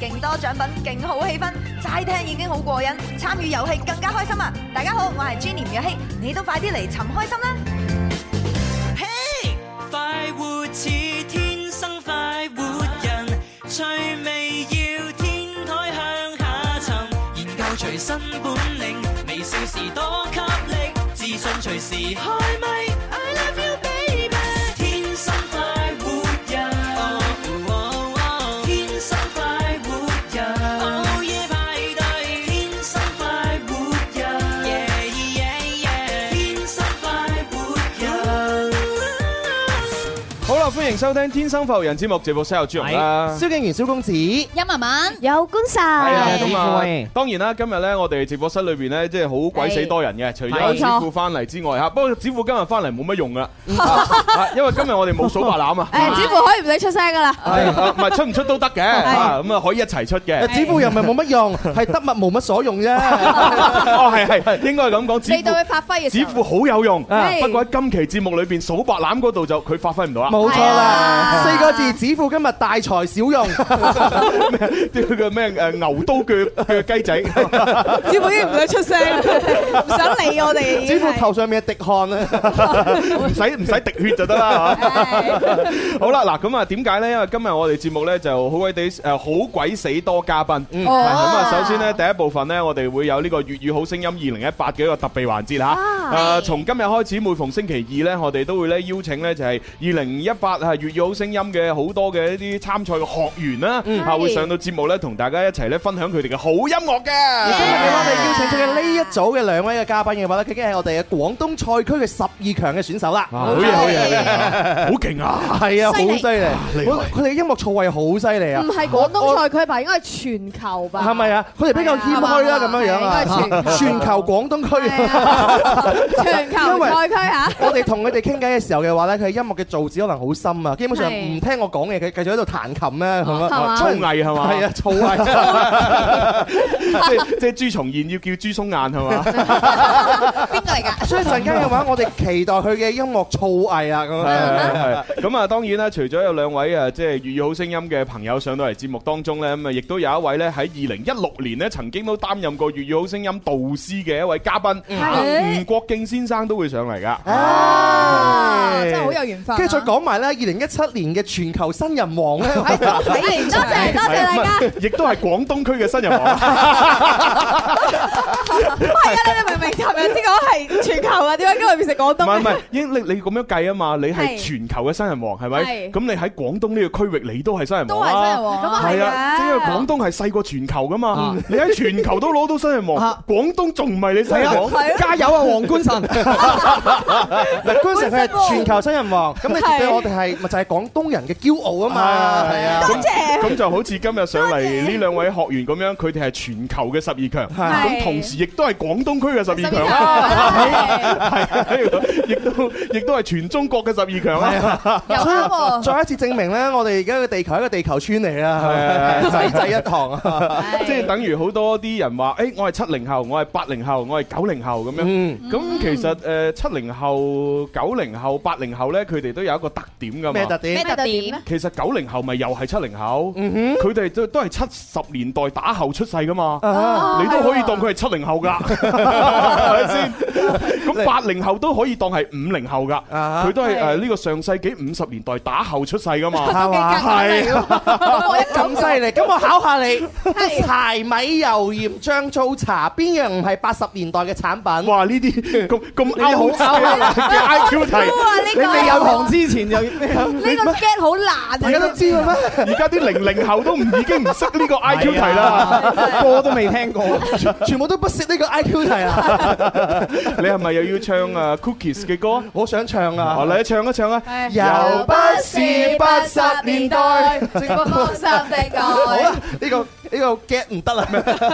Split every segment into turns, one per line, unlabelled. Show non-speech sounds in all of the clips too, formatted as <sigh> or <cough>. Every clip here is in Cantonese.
勁多獎品，勁好氣氛，齋聽已經好過癮，參與遊戲更加開心啊！大家好，我係 Jenny 吳若希，你都快啲嚟尋開心啦！
嘿，快活似天生快活人，趣味要天台向下沉，研究隨身本領，微笑時多給力，自信隨時開咪。I love you baby，天生快活人，哦天生快活人，哦耶派對，天生快活人，耶耶耶，天生快活人。
好啦，歡迎收聽《天生浮人》節目，直播室有朱容啦。
蕭敬元、蕭公子，係
殷文文，
有官神，
啊，
係
咁
係
啊，當然啦，今日咧，我哋直播室裏邊咧，即係好鬼死多人嘅，除咗
冇
子
錯
富翻嚟之外嚇，啊不過子富今日翻嚟冇乜
<laughs>
用噶，啊因為今日我哋冇數白欖啊，
誒，子乎可以唔理出聲噶啦，
啊唔係出唔出都得嘅，啊咁啊可以一齊出嘅。
子父又唔係冇乜用，係得物無乜所用
<laughs>
啫。
哦，係係，應該係咁講，子
未到佢
富
發揮嘅時
子
候，
富好有用，
係
不過喺今期節目裏邊數白欖嗰度就佢發揮唔到啦。
冇錯啦，
係啊
四個字，子父今日大材小用，
叫個 <laughs> 咩誒牛刀鋸鋸
<laughs>
雞仔，
只不已經唔想出聲，
<laughs>
唔想理我哋已
子
經
父
係。
頭上面嘅滴汗啊，
<laughs> 唔使唔使滴血就得 <laughs> 啦嚇。
唉
好啦，嗱咁啊，點解咧？因為今日我哋節目咧就好鬼地誒，好鬼死多嘉賓。咁啊，首先咧第一部分咧，我哋會有呢個粵語好聲音二零一八嘅一個特備環節嚇。誒，從今日開始，每逢星期二咧，我哋都會咧邀請咧就係二零一八啊粵語好聲音嘅好多嘅一啲參賽嘅學員啦，嚇會上到節目咧，同大家一齊咧分享佢哋嘅好音樂
今日嘅話，我
嘅。
哋邀請咗嘅呢一組嘅兩位嘅嘉賓嘅話咧，佢已經係我哋嘅廣東賽區嘅十二強嘅選手啦。
啊好嘢好嘢好
<laughs>
嘢，好勁啊！
係啊，好犀利！
厲害
佢佢哋嘅音樂造詣好犀利啊！
唔係廣東賽區吧，應該係全球吧，
係咪啊？佢哋比較謙虛啦，咁樣樣啊
係應該，全
全球廣東區。
係啊？
<laughs>
全
因
球
為
賽區啊嚇，
我哋同佢哋傾偈嘅時候嘅話咧，佢音樂嘅造詣可能好深啊，基本上
係哦
唔聽我講嘢，佢繼續喺度彈琴咧，咁
係
啊，
嘛
粗藝係嘛？
係啊，造
<laughs>
詣
<laughs> 即即係朱重現要叫朱松燕係嘛？
邊個嚟㗎？
所以陣間嘅話，我哋期待佢嘅音樂造詣啊，咁樣。
係係咁啊，當然啦，除咗有兩位啊，即係粵語好聲音嘅朋友上到嚟節目當中咧，咁啊，亦都有一位咧喺二零一六年咧曾經都擔任過粵語好聲音導師嘅一位嘉賓，啊吳國敬先生都會上嚟噶。
啊，
啊
真係好有緣分啊。
跟住再講埋咧，二零一七年嘅全球新人王咧，
係，你嚟
多謝多謝大家，
亦都係廣東區嘅新人王，
係啊！你明明琴日先講係全球啊，點解今日變成廣
唔係唔
東咧？
係，應你你咁樣計啊嘛，你係
係
全球嘅新人王係咪？
係
咁你喺廣東呢個區域，你都係新人
都係
王
真係
啦。
喎，咁
係啊，即係
嘅
廣東係細過全球噶嘛
啊，
你喺全球都攞到新人王
啊，
廣東仲唔係你新人王？
加油啊，黃
<laughs>
官神！嗱，官神佢係全球新人
<laughs>
王，咁你絕對
係
我哋係咪就係廣東人嘅驕傲啊嘛？係啊，
咁咁就好似今日上嚟呢兩位學員咁樣，佢哋係全球嘅十二強，
係
咁同時亦都係廣東區嘅十二強啦，
係
係啊亦都亦都係全中國嘅十二強啊啦。
又啱喎。
再一次證明咧，我哋而家嘅地球係一個地球村嚟啦，
係
仔仔一堂啊！
即係等於好多啲人話：，誒，我係七零後，我係八零後，我係九零後咁樣。
嗯，
咁其實誒七零後、九零後、八零後呢，佢哋都有一個特點㗎
咩
嘛
特。點
咩？特點咧？
其實九零後咪又係七零後，佢哋都都係七十年代打後出世㗎嘛。
啊
你都可以當佢係七零後㗎，係咪先？咁八零後都可以當係五零後㗎，
啊
佢都係誒呢個上世紀五十年代打後出世㗎嘛。
係嘛？
係啊
我一
咁犀利，咁我考下你，柴米油鹽醬醋茶邊樣唔係八十年代嘅產品？
哇！呢啲咁咁
你好啊
out 嘅 I Q 題，
你未入行之前就
呢個 get 好難
大家都知啊啦
而
咩？
家啲零零後都唔已經唔識呢個 I Q 題
啊
啦。 <laughs>
歌都未聽過，全部都不屑呢個 IQ 題
<laughs>
啊！
你係咪又要唱啊 Cookies 嘅歌？
好想唱啊！
好，你唱一唱啊！
又不是八十年代，
全部放心地
好
講
啦，呢個呢個 get 唔得啦。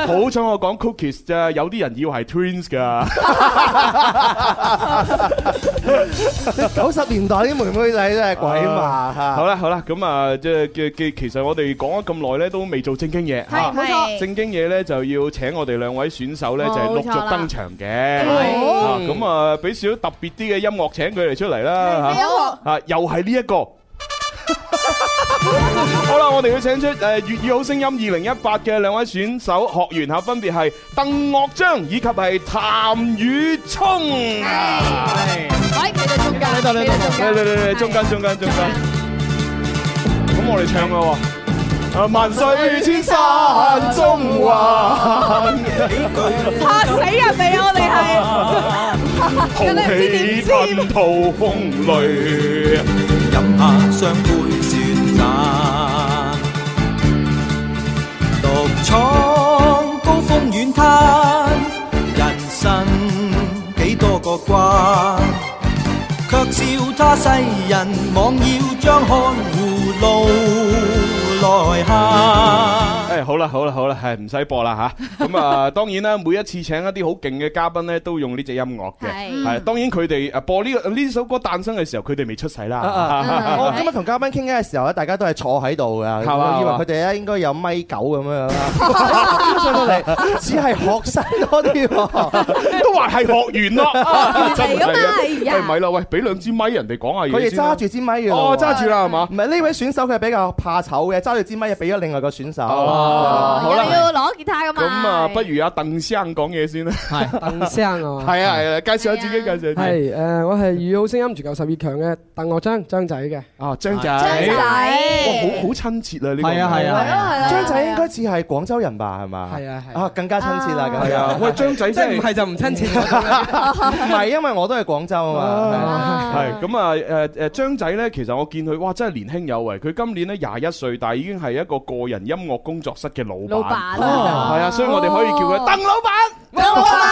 好彩我講 Cookies 啫，有啲人以為係 Twins 㗎。 <laughs>
九十年代啲妹妹仔真係鬼馬
好
嚇，
啦好啦，咁啊，即係嘅嘅，其實我哋講咗咁耐咧，都未做正經嘢嚇。
冇錯
正經嘢咧就要請我哋兩位選手咧就係陸續登場嘅，啊
哦
咁啊俾少少特別啲嘅音樂請佢哋出嚟啦
係
嚇，
啊
啊又係呢一個， <laughs> 好啦，我哋要請出诶粤语好聲音二零一八嘅兩位選手學員吓，分別係鄧岳章以及係譚宇聰啊！
喂，你哋中間，你
度你度
嚟嚟嚟嚟，中間中間中間，咁我哋唱啦喎！啊！萬水千山中華，
嚇死人未啊！我哋係
豪氣吞吐風雷。
饮下雙杯雪盞，獨闖高峰遠灘，人生幾多個關，卻笑他世人妄要將看護路來下。
誒好啦好啦好啦，係唔使播啦吓。咁啊，當然啦，每一次請一啲好勁嘅嘉賓咧，都用呢只音樂嘅。
係
係當然佢哋誒播呢個呢首歌誕生嘅時候，佢哋未出世
啊
啦。
啊！我今日同嘉賓傾偈嘅時候咧，大家都係坐喺度噶，
係嘛
我以為佢哋咧應該有米九咁
<laughs>
樣啦，上到嚟只係學生多啲喎。
都話係學員
<laughs> 哦
咯，
啊
真啊
係㗎嘛哎呀
喂咪啦，喂，俾兩支咪人哋講下
佢
嘢
哋
先啦
揸住支咪嘅喎。
哦，揸住啦係嘛
唔。係呢位選手佢係比較怕醜嘅，揸住支咪又俾咗另外個選手。
哦好啦
又要攞吉他噶嘛。
咁啊，不如阿鄧生講嘢先啦。
鄧聲啊嘛，
<laughs> 係啊係啊，介紹下自己，介紹下自己。
係誒，我係粵語好聲音全球十二強嘅鄧岳章張仔嘅，
啊，張
張
仔，
仔，
哇，好好親切啊呢個。
係啊係啊
係咯係咯，
張仔應該似係廣州人吧，係嘛？
係啊係啊
啊，更加親切啦，
係
咁
啊，
樣。
喂，張仔
即係
真
唔
係。
係就唔親切嗰種啦。
唔係因為我都係廣州啊嘛。
啊
係咁啊！誒誒，張仔咧，其實我見佢哇，真係年輕有為。佢今年咧廿一歲，但係已經係一個個人音樂工作室嘅老闆。
老闆
係啊，所以我哋可以叫佢鄧老闆。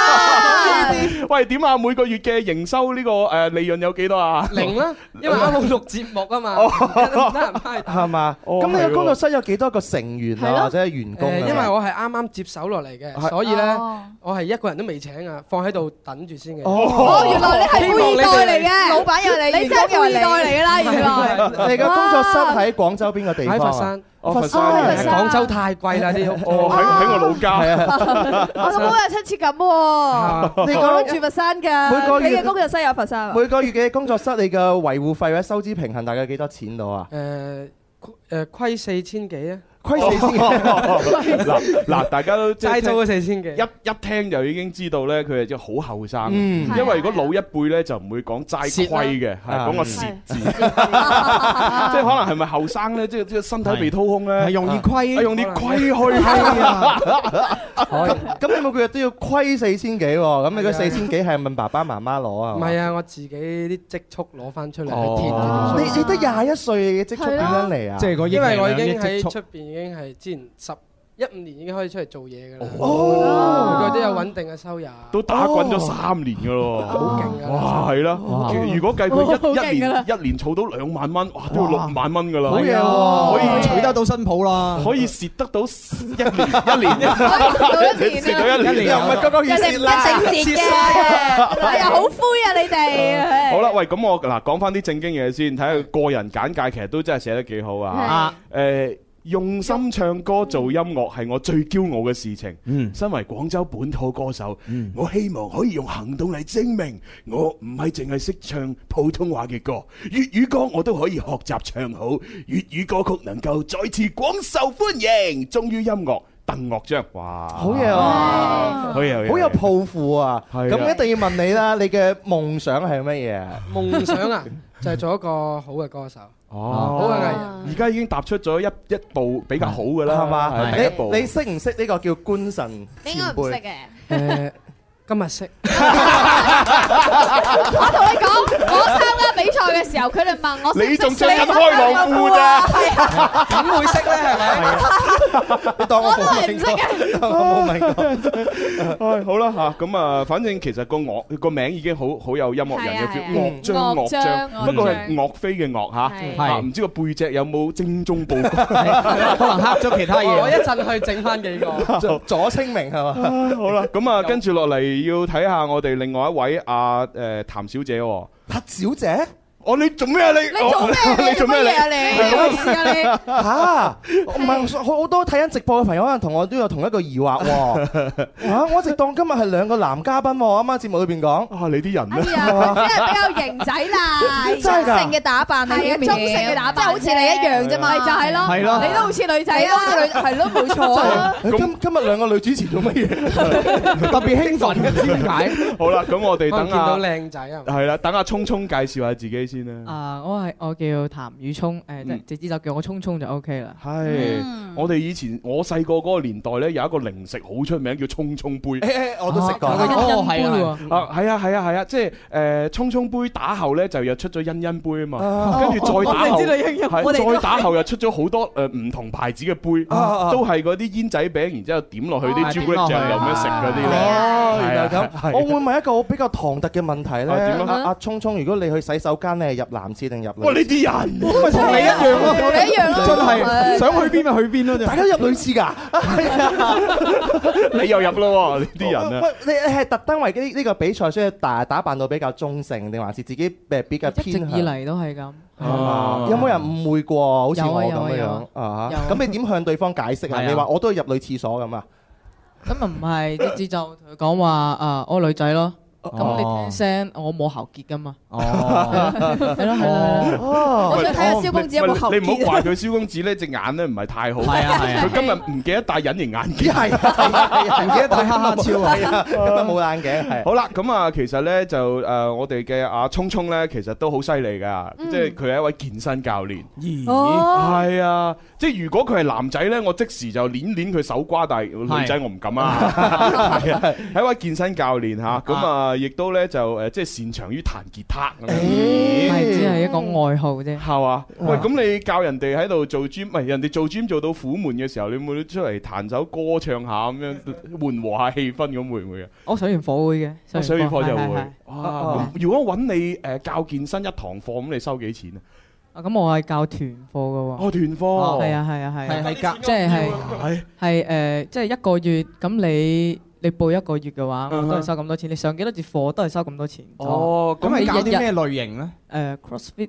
喂，點啊？每個月嘅營收呢個誒利潤有幾多啊？
零啦，因為啱好 <laughs>
<laughs>
錄節目啊嘛，唔得人派。
係嘛？
哦
咁你
係
個
喎
工作室有幾多個成員
係咯
啊，或者係員工
誒，
啊？
因為我係啱啱接手落嚟
係
嘅，所以咧
哦，
我係一個人都未請啊，放喺度等住先嘅。
哦，原來你係
希望
富
你
二
哋
代嚟嘅，
老闆又係你，
你真係富二代嚟
嘅。
㗎啦，原來。
你嘅工作室喺廣州邊個地方
喺
啊？
佛山，
哦佛
哦
山
佛
人
山
廣州太貴啦啲
哦，
屋。
喺喺我老家。
我咁好有親切感喎。
啊
你
我
個
住佛山㗎，
每個月
你嘅工作室有佛山啊。
<laughs> 每個月嘅工作室，你嘅維護費或者收支平衡大概幾多錢到啊？
誒誒虧四千幾啊，
虧四千。
嗱嗱，大家都即
齋
係
租咗四千幾。
一一聽就已經知道咧，佢係即係好後生。
嗯
因為如果老一輩咧就唔會講齋虧嘅，係
啊
講個蝕字，即係可能係咪後生咧，即係即係身體被掏空咧，
容易虧
係用啲虧去
咁咁你每個月都要虧四千幾喎，咁你嗰四千幾係問爸爸媽媽攞啊？
唔係啊，我自己啲積蓄攞翻出嚟
哦
去填住條數
你你得廿一歲嘅積蓄點樣嚟啊？
係個
因為我已經喺出邊已經係之前十一五年已經可以出嚟做嘢㗎啦，每個
哦
月都有穩定嘅收入，
都打滾
哦
咗三年噶咯。
好勁㗎啦！
哇，係啦！如果計
好
佢
勁
一一
㗎啦
年一年儲到兩萬蚊，哇，都要六萬蚊噶啦，
好嘢
可
喎！
以娶得到新抱啦，
啊可以蝕得到一年一年， <laughs> 蝕到一年。
又唔係個個月蝕啦。
一定蝕嘅，又好灰啊！你哋
好啦，，喂，咁我嗱講翻啲正經嘢先，睇下佢個人簡介，其實都真係寫得幾好啊！
啊，
誒、用心唱歌做音樂係我最驕傲嘅事情。
嗯
身為廣州本土歌手，
嗯
我希望可以用行動嚟證明我唔係淨係識唱普通話嘅歌，粵語歌我都可以學習唱好，粵語歌曲能夠再次廣受歡迎。終於音樂，鄧樂章，哇，
好嘢喎！
好嘢，好嘢，
好有抱負啊！
係啊
咁一定要問你啦，你嘅夢想係乜嘢啊？
夢想啊，就係做一個好嘅歌手，好
哦！
嘅藝
嗯
人。
而家已經踏出咗一一步比較好嘅啦，
係嘛？
係第一步。
你你識唔識呢個叫官神
<laughs>
前輩？
嘅。
誒，今日識
我同你講，我參加比賽嘅時候，佢哋問我識唔
你
識啊
仲
寫
着緊開朗褲咋？
<laughs>
點會識咧？係咪？
你當我
我都係
冇
唔
明
識
過，
嘅。
當我冇明過。
哦唉，好啦吓，咁啊，反正其實個樂個名已經好好有音樂人嘅
係啊係
feel，
啊
樂章樂
樂
章，
章
不過
樂
係
章
岳飛嘅樂
係
吓，啊唔知個背脊有冇精忠報
<laughs>
國？
可能黑咗其他
哦我我一
嘢。
陣去整翻幾個。
哦左左清明係嘛？
好啦，咁啊，跟住啊落嚟要睇下我哋另外一位阿誒譚小姐喎，
黑小姐，
哦，你做咩啊你？
你做咩啊
哦
你
你做咩啊你？
你做乜嘢啊你？
吓，唔係好多睇緊直播嘅朋友，可能同我都有同一個疑惑
<laughs>
喎。啊，我一直當今日係兩個男嘉賓喎，啱啱節目裏邊講。
啊，你啲人
哎
咧，
<laughs>
呀，即係比較型仔
<laughs>
啦，
真係㗎
中性嘅打扮係啊，中性嘅打扮，即係好似你一樣啫嘛，就係咯，
係咯
你都好似女仔啦，係咯，冇錯
<laughs>
啊，
今今日兩個女主持做乜嘢？
特別興奮，唔知點解。
好啦，咁我哋
可能
等
見到
下
靚仔啊，
係啦，等阿聰聰介紹下自己先啦。
啊，我係我叫譚宇聰，誒，即
嗯
係直接就叫我聰聰就 OK 啦。嗯
係，我哋以前我細個嗰個年代咧，有一個零食好出名叫聰聰杯。
誒誒，我都食過。
有個
哦
欣欣
係
杯
啊係
喎
啊，係啊，係啊，係啊，即係誒，聰聰杯打後咧就又出咗欣欣杯啊嘛，
啊
跟住再打後，
我哋知道欣欣我哋
係
都
再打後又出咗好多誒唔同牌子嘅杯，
啊啊
都係嗰啲煙仔餅，然之後點落去
啊
啲朱古力醬
點落去
咁樣食嗰啲咧。
哦，原來
係啊係啊
咁。我會問一個比較唐突嘅問題咧。
啊點啊
阿阿聰聰，如果你去洗手間，你係入男廁定入女？
哇！呢啲人
咁咪同你一樣咯，
同你一樣咯
真係想去邊咪去邊咯，就
大家都入女廁㗎。
<laughs> 你又入咯喎，呢啲人啊！
喂，你你係特登為呢呢個比賽，所以打打扮到比較中性，定還是自己誒比較
一直
偏向？
以嚟都係咁。
係
啊
嘛有冇人誤會過？好似我
有啊
咁
有啊
樣啊
有啊
嚇？咁你點向對方解釋啊？
係啊
你話我都要入女廁所咁啊？
咁啊唔係，直接就同佢講話啊，我女仔咯。
哦
咁你聽聲，我冇喉結噶嘛。
哦，
係咯係咯。
哦，
我想睇下蕭公子有冇後
喂你唔好怪
結。
佢蕭公子呢隻眼咧唔係太好。
係啊係啊
佢今日唔記得戴隱形眼
咦
鏡。
係啊係啊係啊
唔記得戴哈哈超啊！
係啊，今日冇眼鏡係。
好啦，咁啊，其實咧就誒，呃我哋嘅阿聰聰咧，其實都好犀利噶，即係佢係一位健身教練。係啊，即係如果佢係男仔呢，我即時就捏捏佢手瓜，但係女仔我唔敢啊。係啊，係一位健身教練吓，咁啊，亦都呢就誒，即係擅長於彈吉他咁
唔
樣。
係只係一個愛好啫。
係嘛？喂，咁你教人哋喺度做 gym，唔係人哋做 gym 做到苦悶嘅時候，你會唔會出嚟彈首歌唱下咁樣，緩和下氣氛咁會唔會啊？
我上完課會嘅，
我水
完
哦課就
係係
會
係。
哇！咁如果揾你誒教健身一堂課，咁你收幾錢啊？
啊咁我係教團課噶喎。
哦，團課
係啊係啊係啊。
係係隔
即係係
係
係誒，即係一個月咁你你報一個月嘅話，
嗯哼
我都係收咁多錢。你上幾多節課都係收咁多錢。
哦，
咁
咁
係
你
搞啲咩類型咧？
誒 CrossFit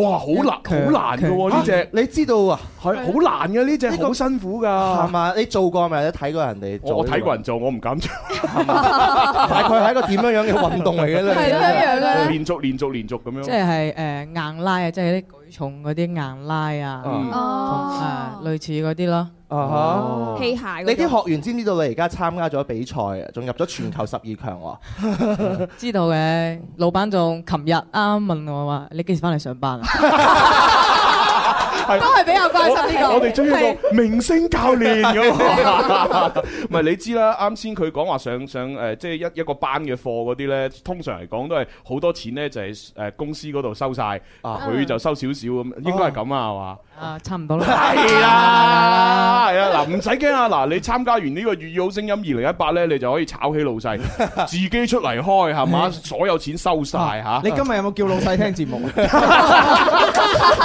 哇，好難
強
好難嘅喎呢只，係
你知道啊？
好難嘅呢只，
呢個
好辛苦
係
㗎。
嘛？你做過咪？你睇過人哋做？
我我睇過人，做，我唔敢做。
大概係一個點樣樣嘅運動嚟嘅咧？
係咯，一樣嘅咧。
連續連續連續咁
即
樣。
係誒硬拉啊，即係啲舉重嗰啲硬拉啊，
嗯
哦
誒類似嗰啲咯。
啊哈。
器械
<laughs>
你啲學員知唔知道你而家參加咗比賽啊？仲入咗全球十二強喎？
<laughs> 知道嘅，老闆仲琴日啱啱問我話：你幾時翻嚟上班啊？
係
都係比較關心呢個。
<laughs> 我哋追一個明星教練 <laughs> 咁啊， <laughs> 唔係你知啦。啱先佢講話上上誒，即係一一個班嘅課嗰啲咧，通常嚟講都係好多錢咧，就係誒公司嗰度收晒，
啊
佢就收少少咁，應該係咁啊，係嘛？
<laughs> 啊，差唔多啦。
係
<laughs>
啦，係
<laughs>
啊，嗱，唔使驚啊，嗱，你參加完呢個粵語好聲音二零一八咧，你就可以炒起老
<laughs>
細，自己出嚟開係嘛，所有錢收晒
<laughs>
嚇。
啊你今日有冇叫老細聽節目？啊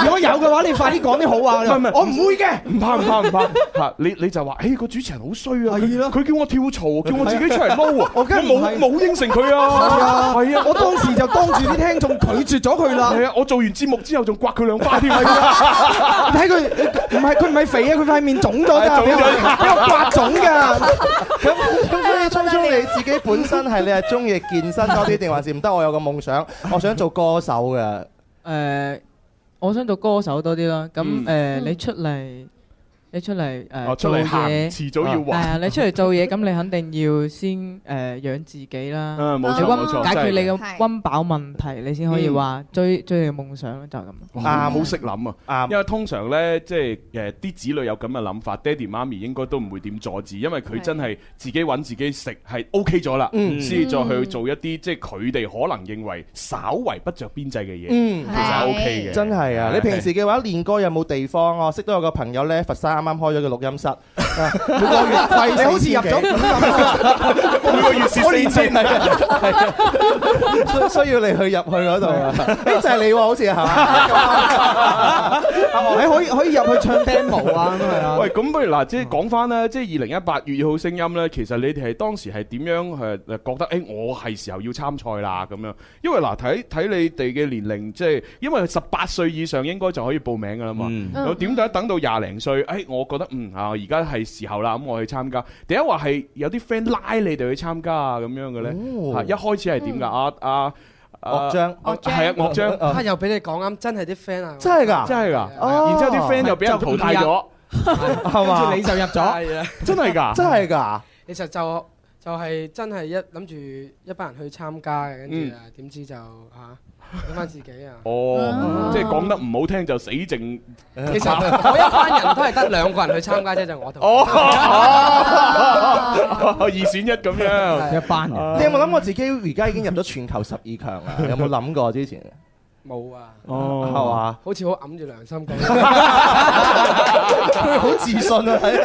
<laughs>
如果有嘅話，你快啲講啲好話。啊
唔係唔係
我唔會嘅。
唔怕
<laughs>
唔怕唔怕嚇，你你就話，誒個主持人好衰啊，
係
佢
咯
佢叫我跳槽，叫我自己出嚟
<laughs>
撈啊，我
梗係唔
冇
係
冇應承佢啊，係啊，
我當時就當住啲聽眾拒絕咗佢啦。
係啊，我做完節目之後仲刮佢兩巴添，
啊你睇佢唔係佢唔係肥啊，佢塊面腫咗
係
咋，
腫咗
俾我啊俾我啊刮腫㗎。
咁咁所以聰聰你自己本身係你係中意健身多啲，定還是唔得？我有個夢想，我想做歌手嘅。
誒，我想做歌手多啲啦。咁
嗯
誒，你出嚟，你出嚟誒
我出嚟
做
行，
嘢，
遲早要
係
還。
啊，你出嚟做
<laughs>
嘢，咁你肯定要先誒養自己啦。
嗯，冇錯
你
冇
温
錯，
解決你
嘅
嘅
係
温飽問題，你先可以話追追你嘅夢想就係咁。
啊，好識
<laughs>
諗啊！
啱
因為通常呢，即係誒啲子女有咁嘅諗法，爹哋媽咪應該都唔會點阻止，因為佢真係自己揾自己食係 OK 咗啦，
嗯
先至再去做一啲即係佢哋可能認為稍為不着邊際嘅嘢，
嗯
其。實係 OK 嘅。
真
<laughs>
啊係啊！你平時嘅話練歌有冇地方？我識到有個朋友咧，佛山啱啱開咗個錄音室，每個月費
你好似入咗
4000幾
五咁
哦
每個月蝕
我連
四千
續係啊，需需要你去入去嗰度啊？誒就係你喎，好似係
你
嘛？
哎可以可以入去唱 demo
<laughs>
啊，咁係啊。
喂，咁不如嗱，即係講翻咧，即係二零一八粵語好聲音咧，其實你哋係當時係點樣誒覺得？誒、哎我係時候要參賽啦咁樣，因為嗱睇睇你哋嘅年齡，即係因為十八歲以上應該就可以報名噶啦嘛。
嗯
又點解等到廿零歲？誒、我覺得嗯啊，而家係時候啦，咁我去參加。第一話係有啲 friend 拉你哋去參加啊，咁樣嘅咧。
哦
嚇一開始係
嗯
點㗎？啊啊啊
樂章
啊係啊，樂章，
啊又俾你講啱，真係啲 friend 啊，
真係㗎，
真係㗎。
哦
然之後啲 friend 就俾人淘汰咗，
啊
係
跟
嘛？
住你就入咗，
係啊，
真係㗎。
真係㗎，
其實就就係真係一諗住一班人去參加嘅，跟
嗯
住啊點知就嚇諗翻自己啊，
哦，即係講得唔好聽就死剩。啊
其
<laughs>
實我一班人都係得兩個人去參加啫，就我同
哦，
佢
<laughs> 二選一咁樣。
一班人。
你有冇諗過自己而家已經入咗全球十二強
<laughs>
啊？有冇諗過之前
冇啊，
哦
哦
係嘛？
好似好揞住良心
<laughs>
講，
佢好自信啊，睇
唔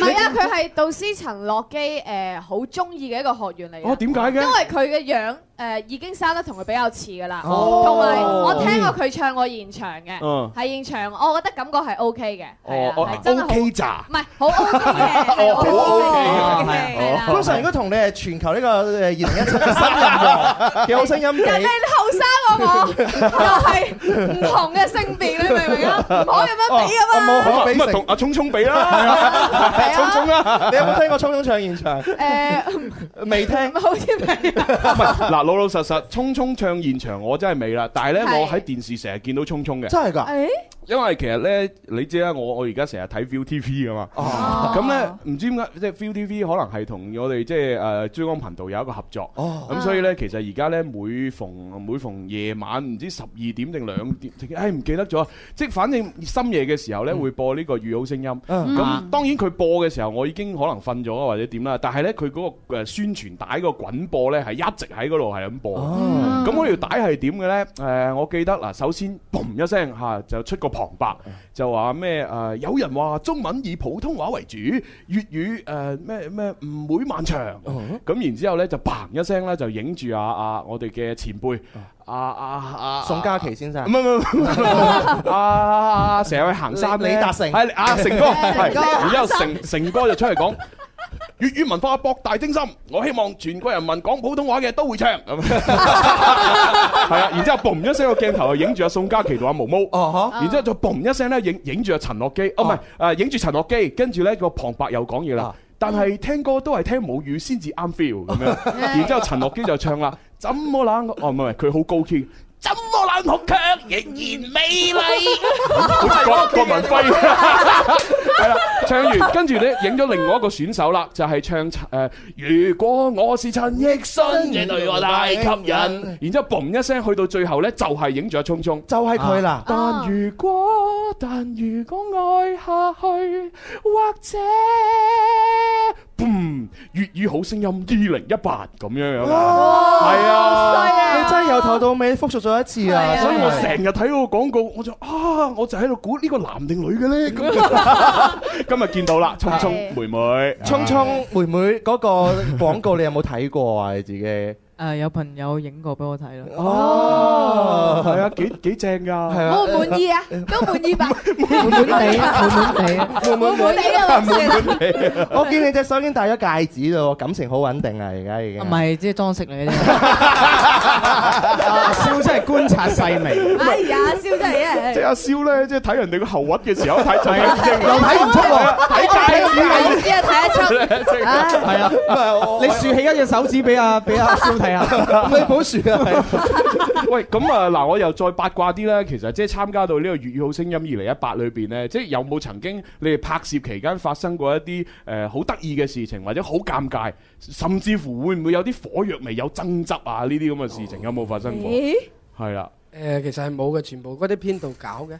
係啊，佢係導師陳樂基誒好中意嘅一個學員嚟嘅，
哦，點解
因
嘅？
為佢嘅樣誒已經生得同佢比較似噶啦，
哦
同埋我聽過佢唱過現場嘅，
嗯
係現場，我覺得感覺係 OK 嘅，係
哦
啊，
Ờ,
哦
係真係好
，OK 咋？
<laughs>
唔係
<laughs>
好 OK 嘅，係
哦好
啊
OK
，OK
嘅，
嘅
係啊啦
哦
你。通常如果同你係全球呢個誒二零一七嘅新人
<laughs>
王嘅好聲音
人
比
哋。後生過我，
<laughs>
又係唔同嘅性別，你明唔明
<laughs>
啊？唔可以咁樣比噶嘛。
好
哦我冇可比
咁啊，同
成。
阿聰聰比啦。 <laughs>
係
聰聰
啊，
啊，你有冇聽過聰聰唱現場？
誒，
<laughs>
未聽。
好似未啊。
唔係嗱，老老實實，聰聰唱現場我真係未啦。但係咧，
係
我喺電視成日見到聰聰嘅，
真係㗎，
誒，
因為其實咧，你知啦，我我而家成日睇 ViuTV 噶嘛。
哦
咁咧，唔知點解即係 ViuTV 可能係同我哋即係誒珠江頻道有一個合作。
哦，
咁所以咧，其實而家咧每逢每逢夜晚唔知十二點定兩點，唉唔記得咗，即係反正深夜嘅時候咧會播呢個粵好聲音。
嗯
咁當然佢播嘅時候，我已經可能瞓咗或者點啦，但係咧佢嗰個誒呃宣傳帶嗰個滾播咧係一直喺嗰度係咁播。
哦，
咁嗰條帶係點嘅咧？誒，我記得嗱，首先嘣一聲嚇就出個旁白，就話咩誒？有人話中文以普通話為主，粵語誒咩咩唔會漫長。
哦
咁然之後咧就砰一聲咧就影住啊啊我哋嘅前輩啊啊啊
宋嘉琪先
唔
生
係，唔係唔
<laughs>
係啊
À,
啊成日去行山
李李達成
係 <laughs> 啊成哥係，
成哥
然之後 <laughs> 成成哥就出嚟講。粵語文化博大精深，我希望全國人民講普通話嘅都會唱咁。 <laughs> 係啊，然之後嘣一聲個鏡頭就影住阿宋嘉琪同阿毛毛，
哦
然之後就嘣一聲咧影影住阿陳樂基，哦唔係誒影住陳樂基，跟住咧個旁白又講嘢啦
啊。
但係聽歌都係聽母語先至啱 feel 咁 <laughs> 樣，然之後陳樂基就唱啦，怎麼冷我？哦唔係，佢好高 key，怎麼冷酷卻仍然美麗，好似郭郭文輝，係啦，唱完跟住咧影咗另外一個選手啦，就係唱誒如果我是陳奕迅，你對我太吸引，然之後嘣一聲去到最後咧就係影咗阿聰啊聰。
就係佢啦。
但如果但如果愛下去，或者，嘣，粵語好聲音二零一八咁樣樣啊，係啊，
你真係由頭到尾復述咗一次啊！
所以我成日睇嗰個廣告，我就啊，我就喺度估呢個男定女嘅咧。
<laughs>
咁今日見到啦，聰聰
係
妹妹，
聰聰妹妹嗰個廣告你有冇睇過啊？你自己
誒有朋友影過俾我睇咯。
À.
哦，
係啊，幾幾正㗎，
係啊
Ờ,
滿，唔滿意啊？都滿意吧？
滿滿地，滿滿地。
滿唔滿意
à,
啊？老師
我見你隻手已經戴咗戒指嘞喎，感情好穩定啊！而家已經
唔係，即係裝飾嚟嘅啫。
啊阿蕭真係觀察細微，
哎呀，笑真係哎
即係阿蕭咧，即係睇人哋個後屈嘅時
<laughs>
候，一睇就係
啊又睇唔出喎。
啊！戒指啊，睇得出。
正
唉，
係啊，你豎起一隻手指俾阿俾阿蕭
<laughs>
睇下。
你本樹啊，
喂，咁啊嗱，我又再八卦啲啦。其實即係參加到呢個粵語好聲音二零一八裏邊呢，即係有冇曾經你哋拍攝期間發生過一啲誒好得意嘅事情，或者好尷尬，甚至乎會唔會有啲火藥味、有爭執啊呢啲咁嘅事情有冇發生過？
咦？
係啦，
誒其實係冇嘅，全部嗰啲編導搞嘅。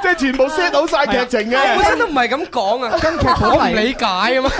即係全部 set 到晒劇情嘅。
本身都唔係咁講啊，跟劇
本
我唔理解啊嘛。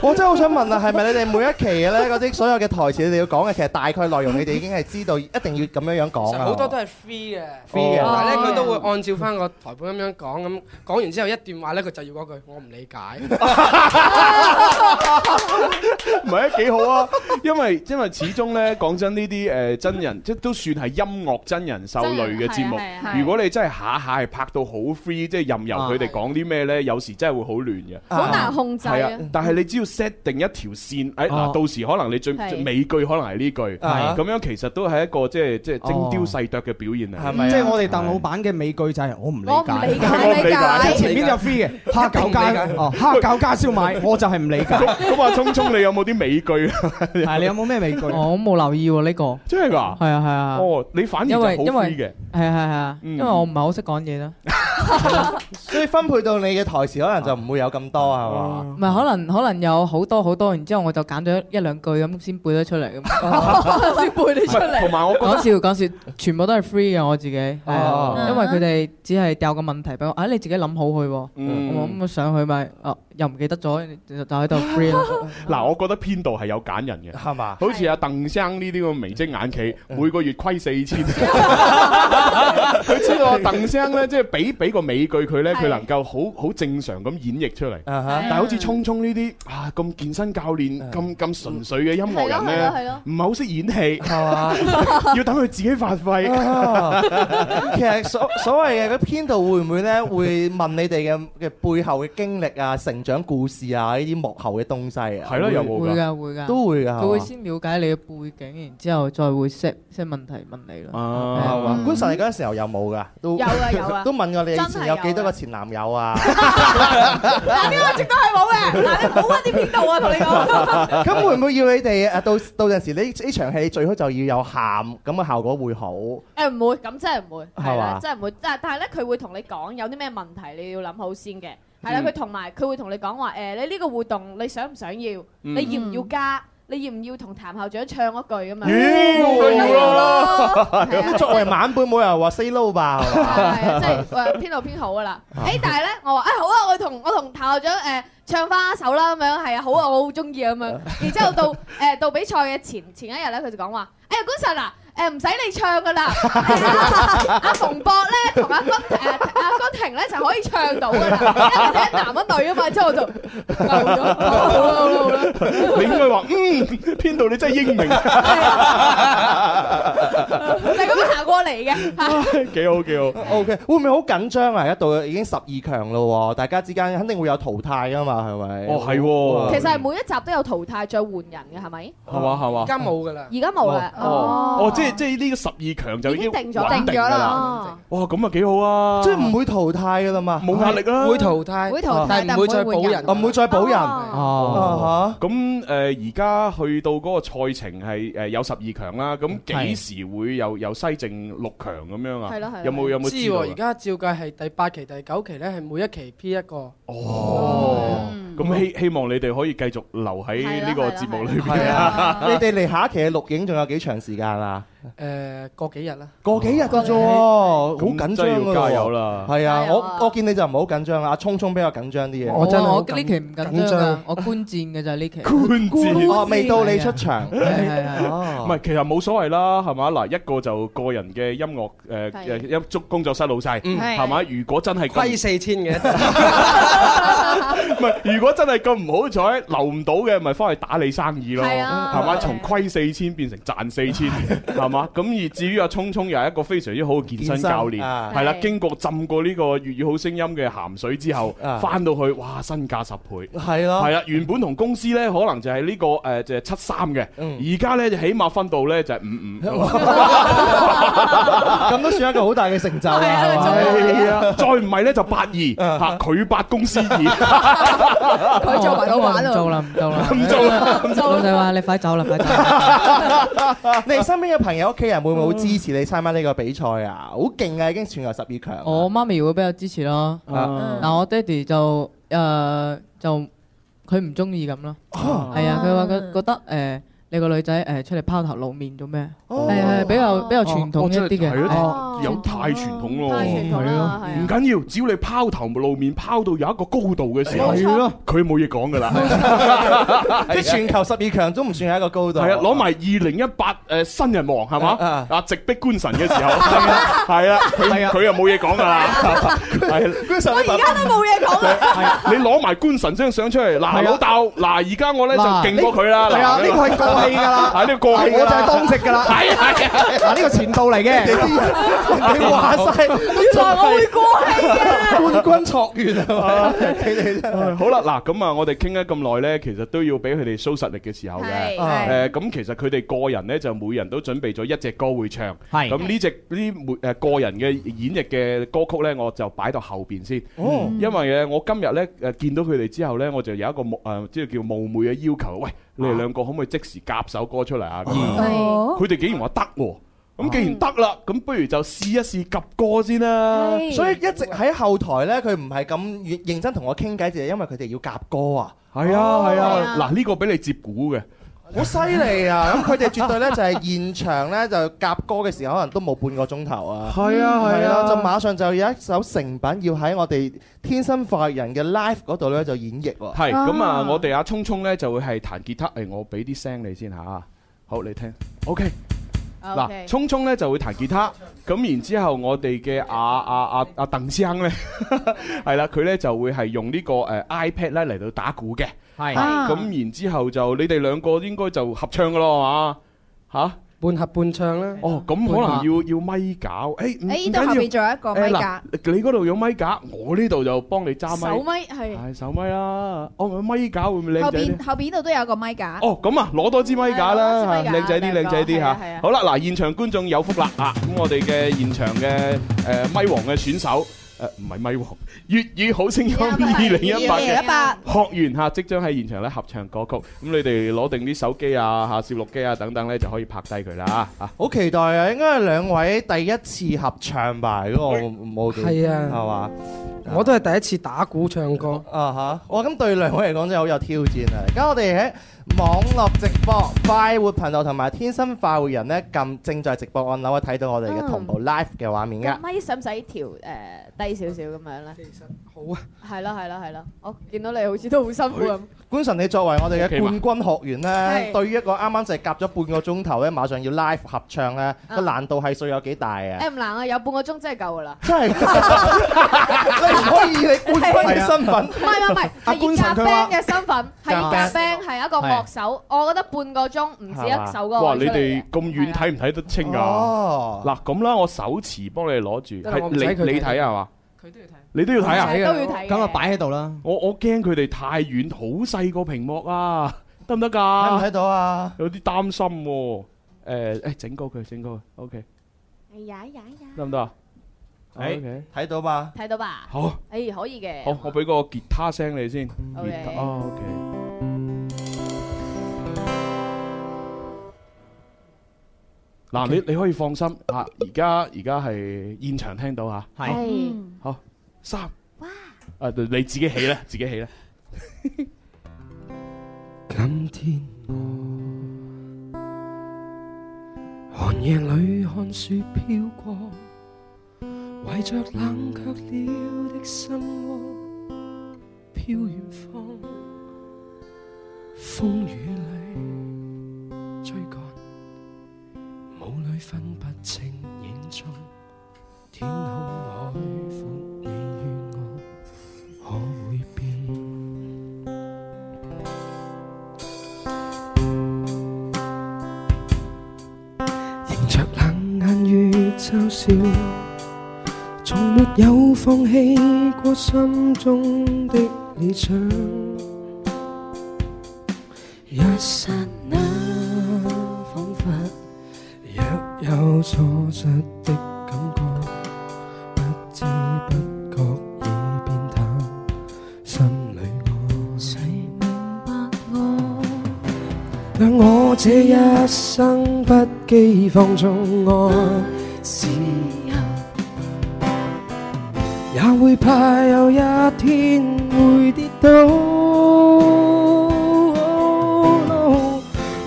我真係好想問啊，係咪你哋每一期咧嗰啲所有嘅台詞，你哋要講嘅，其實大概內容你哋已經係知道，一定要咁樣樣
其
講
實
啊。
好多都係 free 嘅。
free 嘅。
但係咧，佢都會按照翻個台本咁樣講，咁講完之後一段話咧，佢就要嗰句我唔
<laughs>
理解。
<laughs> 唔係啊，幾好啊！因為因為始終咧，講真呢啲誒真人，即係都算係音樂真人秀類嘅節目
真人係啊係。啊
如果你真係下下係拍到好 free，即係任由佢哋講啲咩咧，有時真係會好亂嘅。
好難控制
係
啊
啊！，但係你只要 set 定一條線，誒哎
哦
嗱，到時可能你最
係
最尾句可能係呢句，
啊
咁樣其實都係一個即係即係精雕細琢嘅表現
係
嚟。
咪啊？
即係我哋鄧老闆嘅美句就係我唔理
我唔理
解。
解，理解。
前面就 free 嘅蝦
一
餃
定唔
加哦蝦餃加燒賣，我就係唔理解。
咁咁啊，聰聰，你有冇啲美句啊？ <laughs>
係你有冇咩美句？
我冇留意喎呢個，
真係
係
㗎？
啊係啊，
哦，你反而就好
因為因為
free 嘅。
係啊係啊，
嗯
因為我唔係好識講嘢啦，
所以分配到你嘅台詞，可能就唔會有咁多係嘛？
唔係可能可能有好多好多，然之後我就揀咗一兩句咁先背得出
<laughs>
嚟咁。
唔係同埋我覺得
講笑講笑，全部都係 free 嘅我自己，係
哦
啊，因為佢哋只係掉個問題俾我，啊你自己諗好佢喎，
嗯
我咁上去咪，啊又唔記得咗，就就喺度 free 咯。
嗱，我覺得編導係有揀人嘅。
係嘛？
好似阿鄧生呢啲咁嘅明星眼企，每個月虧四千。 <laughs> 佢知道阿鄧生咧，即係俾俾個美句佢咧，
係
佢能夠好好正常咁演繹出嚟。
啊哈
但係好似聰聰呢啲啊咁健身教練、咁咁純粹嘅音樂人
係咯係咯係
咧
咯，
唔係好識演戲，
係嘛？
<laughs> 要等佢自己發揮。
哦
啊 <laughs> 其實所所謂嘅嗰編導會唔會咧會問你哋嘅嘅背後嘅經歷啊、成長故事啊呢啲幕後嘅東西
<laughs>
啊？
係咯，有
會
冇
會
㗎？
㗎會㗎，
都會㗎。
佢會
係嘛
先了解你嘅背景，然之後再會 set set 問題問你咯。
啊，
哇官神你嗰陣時候有冇㗎？都
有啊有啊
<laughs> 都問過你以
真
前
係
有
有
幾
啊
多個前男
<laughs>
友啊？
嗱，呢個直都係冇嘅。嗱，你唔好屈啲編導啊，同你
<laughs>
講。
咁會唔會要你哋誒到到陣時呢呢場戲最好就要有喊，咁嘅效果會好
誒唔會，咁真係唔會，係
係嘛
啦，真係唔會。但但係咧，佢會同你講有啲咩問題，你要諗好先嘅。係啦，
嗯
佢同埋佢會同你講話誒，你呢個活動你想唔想要？
嗯
你要唔要加？你要唔要同譚校長唱嗰句咁樣？
咦咁梗要啦
係啊
咁作為晚輩，冇人話 say no 吧？係
係
嘛
啊係啊即
<laughs>
係誒編導編好噶
<laughs>
啦。誒，但係咧，我話誒好啊，我同我同譚校長誒唱花手啦，咁樣係啊，好啊，我好中意啊咁
<laughs>
樣。然之後到誒到比賽嘅前前一日咧，佢就講話誒官神啊。誒唔使你唱噶啦， <laughs> 阿阿馮博咧同阿君誒阿君婷咧就可以唱到噶啦，因為佢哋一男一女啊嘛，之後我就漏咗，好啦好啦好啦，
<laughs> 你應該
<laughs>
話嗯，編導你真係英明，
就咁樣行過嚟嘅，
幾好幾好。
？OK，會唔會好緊張啊？一到已經十二強咯喎，大家之間肯定會有淘汰噶嘛，係咪？
哦，係喎，
其實係每一集都有淘汰再換人嘅係咪？
係嘛係嘛
哦而。家冇㗎啦，
而家冇啦，
哦，即係即係呢個十二強就已經
定咗
穩
定咗
㗎
啦。哦
哇，咁啊幾好啊！
即係唔會淘汰噶啦嘛，
冇壓力啦。
會淘汰，
會淘汰
但係唔會再
但唔會換
補
人
人，
我啊唔會再補人。
哦
哦，
啊
咁誒，呃而家去到嗰個賽程係誒有十二強啦，咁幾
係
時會有有西正六強咁樣啊？
係咯係咯
有冇有冇
知
道
喎，
啊
而家照計係第八期、第九期咧，係每一期 P 一個。
哦，咁希希望你哋可以繼續留喺呢個節目裏
係
邊啊！
啊！ <laughs> <laughs> 你哋嚟下一期嘅錄影仲有幾長時間啊？
誒，過幾日啦？
過幾日嘅啫喎，好
咁
緊張
真係
㗎
要
喎
加油！啦！
係啊
加，油啊
我我見你就唔好緊張啦，阿聰聰比較緊張啲嘢。
我哦真係好
哦我
緊
呢期唔緊
緊
張
張
㗎，我觀戰嘅就係呢
<laughs>
期。
觀戰
哦，未到你
<laughs>
出場。
<laughs> 係啊係係
唔
哦
係，其實冇所謂啦，係嘛？嗱，一個就個人嘅音樂誒
係
誒音足工作室老細，
嗯
係嘛？如果真係咁
虧四千
<laughs>
嘅，
唔係，如果真係咁唔好彩，留唔到嘅，咪翻去打你生意咯，
係啊
係嘛？
係
從虧四千變成賺四千，係嘛？咁而至於阿聰聰又係一個非常之好嘅健身教練，
啊
係啦，
係
經過浸過呢個粵語好聲音嘅鹹水之後
啊，
翻到去哇，身價十倍。
係咯
係，啦，原本同公司呢，可能就係呢個誒就係七三嘅，
嗯
而家呢，就起碼分到呢，就係五五，
<laughs> 咁都算一個好大嘅成就啦。係嘛啊
係啊，再唔係呢，就八二嚇，佢八公司二，
佢做埋老闆做啦，唔做啦，
唔做啦
唔做。老細話你快走啦，快走啦。
<laughs> 你哋身邊嘅朋友、屋企人會唔會好支持你參加呢個比賽啊？好勁啊，已經全球十二強啊。
我媽咪會比較支持咯，
啊
但我爹哋就呃
哦
誒就佢唔中意咁咯，係啊，佢話佢覺得誒你個女仔誒出嚟拋頭露面做咩？
哦
係係比較比較傳統一啲
哦係
嘅。哦係
咯，有太傳統咯，
哦太傳統啦，係
唔
啊。
緊要，只要你拋頭露面，拋到有一個高度嘅時候，
係咯，
佢冇嘢講噶啦。 <laughs>
即係全球十二強都唔算係一個高度。
係啊，攞埋二零一八誒新人王係嘛
啊
啊直逼官神嘅
<laughs>
時候，係啊，佢佢又冇嘢講噶啦，係啊啦
嗰時候你爸爸
家都冇嘢講
à?
啦。
你攞埋官神張相出嚟，嗱
啊係啊
老豆，嗱而家我咧就
嗱
勁過佢啦，
係啊，
嗱啊
呢個係過氣㗎
<laughs>
啦，
係呢個過氣㗎啦
我就係當值㗎啦，
係啊係啊，
嗱呢個前度嚟
<laughs>
嘅，
你話晒，原來我會過氣嘅，冠軍卓越啊！你哋真係
好啦，嗱咁啊，我哋傾咗咁耐咧，其實都要俾佢哋 show 實力嘅時候嘅。
啊
係
誒咁其實佢哋個人咧就每人都準備咗一隻歌會唱，
係
咁呢隻呢每誒個人嘅演繹嘅歌曲咧，我就擺到後邊先。
哦，
因為誒，我今日咧誒見到佢哋之後咧，我就有一個冒誒，即係叫冒昧嘅要求，喂，你哋兩個可唔可以即時夾首歌出嚟啊？咁樣
哦
佢哋竟然話得喎，咁既然得啦，咁不如就試一試夾歌先啦。
所以一直喺後台咧，佢唔係咁認真同我傾偈，就係因為佢哋要夾歌啊！
係啊係啊，
係啊
嗱呢個俾你接鼓嘅，
好犀利啊！ <laughs> 咁佢哋絕對咧就係現場咧就夾歌嘅時候，可能都冇半個鐘頭啊！
係啊
係啦，就馬上就有一首成品要喺我哋天生快活人嘅 live 嗰度咧就演繹喎。
係咁啊！我哋阿聰聰咧就會係彈吉他，誒我俾啲聲你先嚇，好你聽，OK。嗱，
OK
聰聰咧就會彈吉他，咁然之後我哋嘅阿阿阿阿鄧師兄咧， <laughs> 係啦，佢咧就會係用呢個誒 iPad 咧嚟到打鼓嘅，
係
啊
咁然之後就你哋兩個應該就合唱噶咯，係嘛？嚇，
半合半唱啦。
哦，咁可能要要咪搞，誒唔
誒，
唔
呢度後
緊
邊仲有一個
要，
咪
誒
架
嗱，，你嗰度有咪架，我呢度就幫你揸
手
咪，
咪係
係手咪啦，哦，咪咪架會唔會靚
後
仔啲
邊？後邊呢度都有個咪架。
哦，咁啊，攞多支咪架啦，
係攞支咪架
靚仔啲，
兩
靚
個
仔啲
係
嚇
啊係啊。
好啦，嗱，現場觀眾有福啦啊！咁我哋嘅現場嘅誒咪王嘅選手，誒唔係咪王，粵語好聲音二零一八嘅。
一八，
學員嚇，即將喺現場咧合唱歌曲，咁你哋攞定啲手機啊、嚇攝錄機啊等等咧，就可以拍低佢啦嚇。
好期待啊！應該係兩位第一次合唱吧？如果我冇記
係啊
係嘛？
我都係第一次打鼓唱歌，
啊哈！我咁對兩位嚟講真係好有挑戰啊！而家我哋喺網絡直播快活頻道同埋天生快活人呢，撳正在直播按鈕，可以睇到我哋
嗯
嘅同步 live 嘅畫面
個
噶。
咪使唔使調誒低少少咁樣咧？
其實好啊，
係咯係咯係咯，我見到你好似都好辛苦咁。
官神，你作為我哋
OK 嘛
嘅冠軍學員呢，
係
對於一個啱啱就係夾咗半個鐘頭呢，馬上要 live 合唱呢，個
啊
難度係數有幾大啊？
誒唔難啊，有半個鐘真係夠噶啦。
真係，你唔可以以你冠軍嘅身份
唔係唔係，
阿
係以夾
官神佢話
band 嘅身份，係以夾 band 係一個樂手，我覺得半個鐘唔止一首歌
哇！
攞
你
出嚟
哋
嘅啊
咁遠睇唔睇得清㗎？
哦，
嗱咁啦，我手持幫你哋攞住，
得啦我
係
唔使佢
你你
睇
睇係嘛？
佢都要睇。
你都要睇啊？
睇㗎
都要睇嘅。
咁啊擺喺度啦。
我我驚佢哋太遠，好細個屏幕啊，得唔得
睇唔
㗎？
睇到啊？
<laughs> 有啲擔心喎、誒誒，整高佢，整高佢，OK，
哎呀呀呀！
得唔得啊
誒
？OK，
睇到嘛？
睇到吧？
好，
誒可以嘅。
好，我俾個吉他聲你先，吉
OK
他哦，OK。嗱，你你可以放心啊！而家而家係現場聽到嚇，
係
係
三，哇！誒，你自己起啦，自己起啦。
今天我寒夜裏看雪飄過，懷着冷卻了的心窩，飄遠方，風雨裏追趕，霧裏分不清影蹤，天空海闊，你與我可會變？迎着冷眼與嘲笑，從沒有放棄過心中的理想。一剎那，彷彿若有所失的感覺，不知不覺已變淡，心裏我。誰明白我？讓我這一生不羈放縱愛自由，也會怕有一天會跌倒。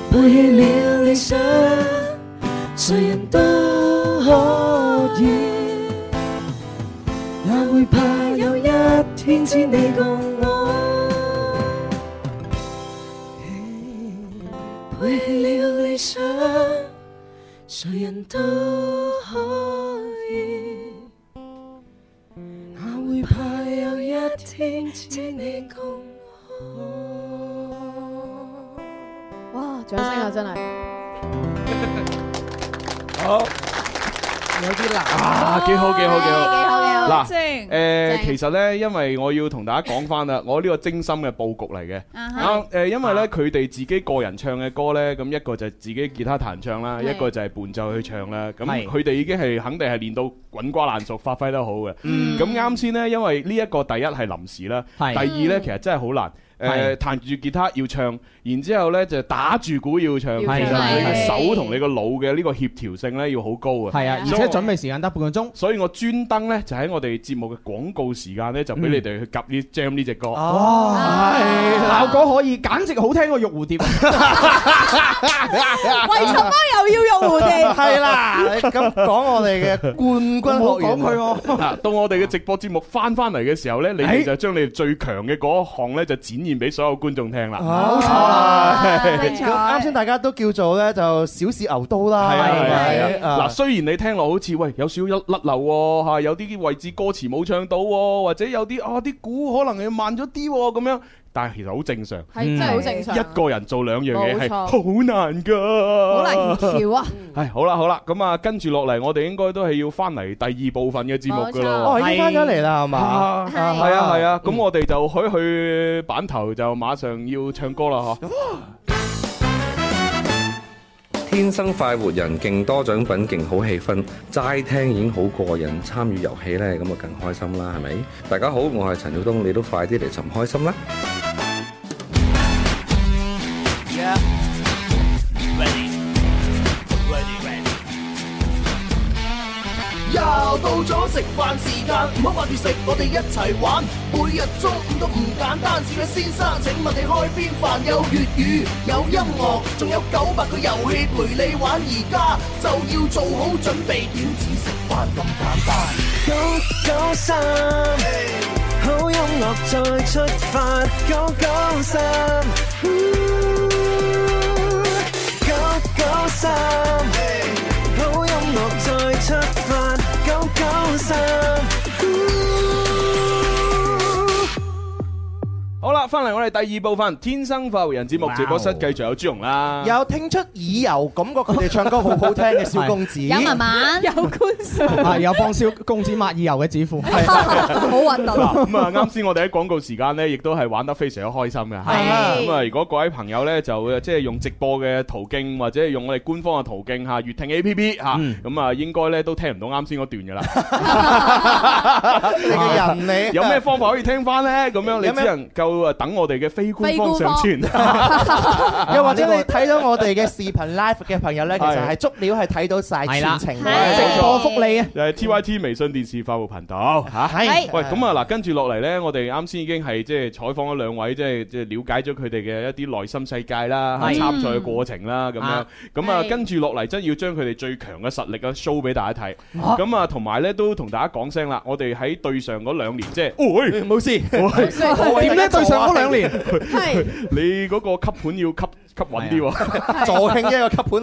背去了理想，谁人都可以，也會怕有一天只你共我，背棄了理想，誰人都可以，哪會怕有一天只你共我？
哇！掌聲啊，真係
好，
有啲難
啊，幾好幾好幾好。
幾好嘅。
嗱，
正
誒，
正
其實呢，因為我要同大家講翻啦，我呢個精心嘅佈局嚟嘅。
啊哈
啊，誒，因為呢，佢哋自己個人唱嘅歌呢，咁一個就係自己吉他彈唱啦，
係
一個就係伴奏去唱啦。咁
係
佢哋已經係肯定係練到滾瓜爛熟，發揮得好嘅。咁啱先呢，因為呢一個第一係臨時啦，第
係
二呢，其實真係好難。誒
係
彈住吉他要唱，然之後呢就打住鼓要唱，其
要
實
唱
你個
係
手同你個腦嘅呢個協調性呢要好高啊。
係啊，而且準備時間得半個鐘。
所以我專登咧就喺我哋節目嘅廣告時間咧，就
嗯
俾你哋去夾呢 jam 呢只歌。
哇！係效果可以，簡直好聽過玉哦
<laughs>
蝴蝶。
為什麼又要用我哋？
係啦，你咁講我哋嘅冠軍
冇
學員
講佢喎。
<laughs> 嗱，啊到我哋嘅直播節目翻翻嚟嘅時候咧，你哋
哎
就將你哋最強嘅嗰一項咧，就展現俾所有觀眾聽啦。
冇錯
啊
啦，
精
咁啱先大家都叫做咧就小試牛刀啦，
係啊係啊
係
啊
嗱，雖然你聽落好似喂有少少甩漏喎，嚇有啲位置歌詞冇唱到喎，或者有啲啊啲鼓可能要慢咗啲喎咁樣，但係其實好正常。
係真係好正常。
一個人做兩樣嘢係
冇錯
好難㗎，
<laughs>
好難橋啊！
<laughs> 係好啦好啦，咁啊跟住落嚟，我哋應該都係要翻嚟第二部分嘅節目噶啦。
哦已經翻咗嚟啦係嘛，
啊，
係
係啊係啊，咁我哋就可以去版頭就馬上要唱歌啦嗬。
天生快活人，勁多獎品，勁好氣氛，齋聽已經好過癮，參與遊戲呢，咁啊更開心啦，係咪？大家好，我係陳曉東，你都快啲嚟尋開心啦！
又到咗食飯時間，唔好掛住食，我哋一齊玩。每日中午都唔簡單，小嘅先生，請問你開邊飯？有粵語，有音樂，仲有九百個遊戲陪你玩。而家就要做好準備，點止食飯咁簡單？
九九三，好音樂再出發，九九三，九九三，好音樂再出發，九九三。
好啦，翻嚟我哋第二部分《天生快活人》節目直播室，繼續有朱容啦。
<laughs> 有聽出耳油，感覺佢哋唱歌好好聽嘅小公子，
有文文，
有官上，
係有幫小公子抹耳油嘅指父。
好核突。
Dạ,
嗱咁 <laughs> 啊，啱先我哋喺廣告時間呢，亦都係玩得非常之開心嘅。
係
咁啊，如果各位朋友呢，就呃即係用直播嘅途徑，或者係用我哋官方嘅途徑嚇，粵聽 A P P 嚇，咁啊應該呢都聽唔到啱先嗰段嘅啦。
你嘅人
<laughs>
你
有咩方法可以聽翻呢？咁樣
有
你
咩
只能夠啊等我哋嘅非官方上傳。
又或者你睇到我哋嘅視頻 live 嘅朋友咧，其實係足料係睇到晒全程
係
嘅直播福利啊，
就係 T Y T 微信電視快活頻道嚇。
係
喂，咁啊嗱，跟住落嚟呢，我哋啱先已經係即係採訪咗兩位，即係即係了解咗佢哋嘅一啲內心世界啦、
係
插賽嘅過程啦，咁樣
啊。
咁啊，
係
跟住落嚟真係要將佢哋最強嘅實力啊 show 俾大家睇。
啊
咁啊，同埋呢都同大家講聲啦，我哋喺對上嗰兩年，即係，喂，
冇事，
點咧？對上嗰兩年，
係
<laughs> 你嗰個吸盤要吸吸穩啲喎。
助慶一個吸盤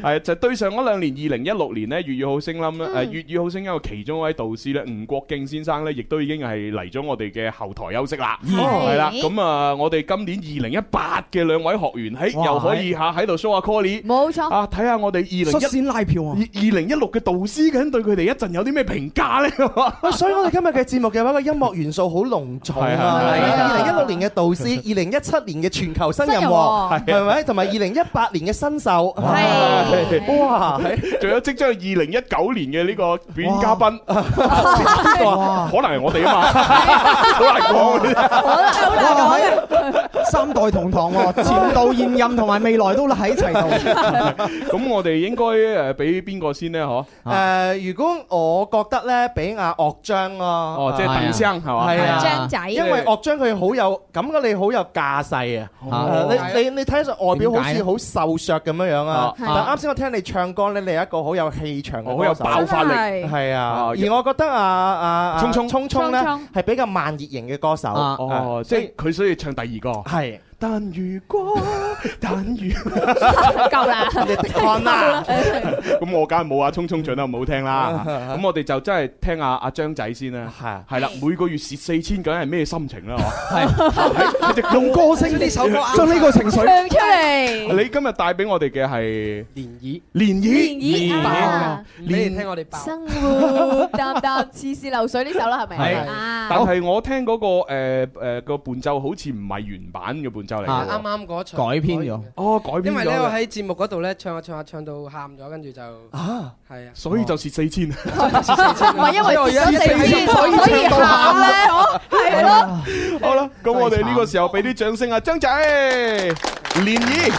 <laughs> 係就對上嗰兩年，二零一六年呢，粵語好聲音咧，誒粵語好聲音嘅其中一位導師咧，吳國敬先生咧，亦都已經係嚟咗我哋嘅後台休息啦。係啦，咁啊，我哋今年二零一八嘅兩位學員，喺
哇
又可以嚇喺度 show 下 Colly
冇錯。
啊，睇下我哋二
率
零一。
先拉票啊
二！二零一六嘅導師緊對佢哋一陣有啲咩評價
<laughs>
呢？
喂，所以我哋今日嘅節目嘅話，個音樂元素好濃重
係係
啊！
係
二零一六年嘅導
<laughs>
師，二零一七年嘅全球新人王，係咪？同埋二零一八年嘅新秀，
係
哇！
仲有即將二零一九年嘅呢個表演嘉賓， <laughs>
哇！
可能係我哋啊嘛， <laughs> 好難講。
哇！三代同堂
<laughs>
喎，前度現任同埋未來都喺一齊度。
<laughs> 咁我哋應該誒俾邊個先呢？嗬？啊
誒，如果我覺得咧，俾阿樂章咯，
哦，即係
係啊
鄧生係嘛？
係啊
張仔
因為樂章佢好有就感覺你好有架勢啊！
哦
啊你你你睇上外表好
點解
似
呢
好瘦削咁樣樣啊
啊，
但啱先我聽你唱歌咧，你係一個好有氣場嘅歌手，
哦好有爆發力
真係係
啊
啊！而我覺得啊啊啊
聰聰
聰聰咧
聰聰
係比較慢熱型嘅歌手，
啊
啊
哦，即係佢所以唱第二個。 <laughs>
係。
但如果，但如
夠啦你的確
à.
啦
啊 <laughs> 咁我梗係冇阿啊聰聰唱得咁好聽啦。咁我哋就真係聽下阿張仔先啦。
係
係啦，每個月蝕四千，究竟係咩心情啦？
<laughs>
係用歌聲呢首歌，將呢個情緒
唱出嚟。
<laughs> 你今日帶俾我哋嘅係
涟漪，
漣漪，
漣漪啊
漣
聽我哋
生活淡淡，似是流水呢首啦，係咪？
係
啊
但係我聽嗰個誒誒個伴奏好似唔係原版嘅伴奏嚟嘅喎，
啱啱嗰場
改編咗。哦，改編咗。
因為咧，我喺節目嗰度咧唱下唱下唱到喊咗，跟住就
啊，
係啊，
所
哦
以就蝕
<laughs>
四千。
唔係因為蝕咗四千，所
所以唱到
以喊咧，我係咯。
好啦，咁我哋呢個時候俾啲掌聲啊，張仔，漣漪。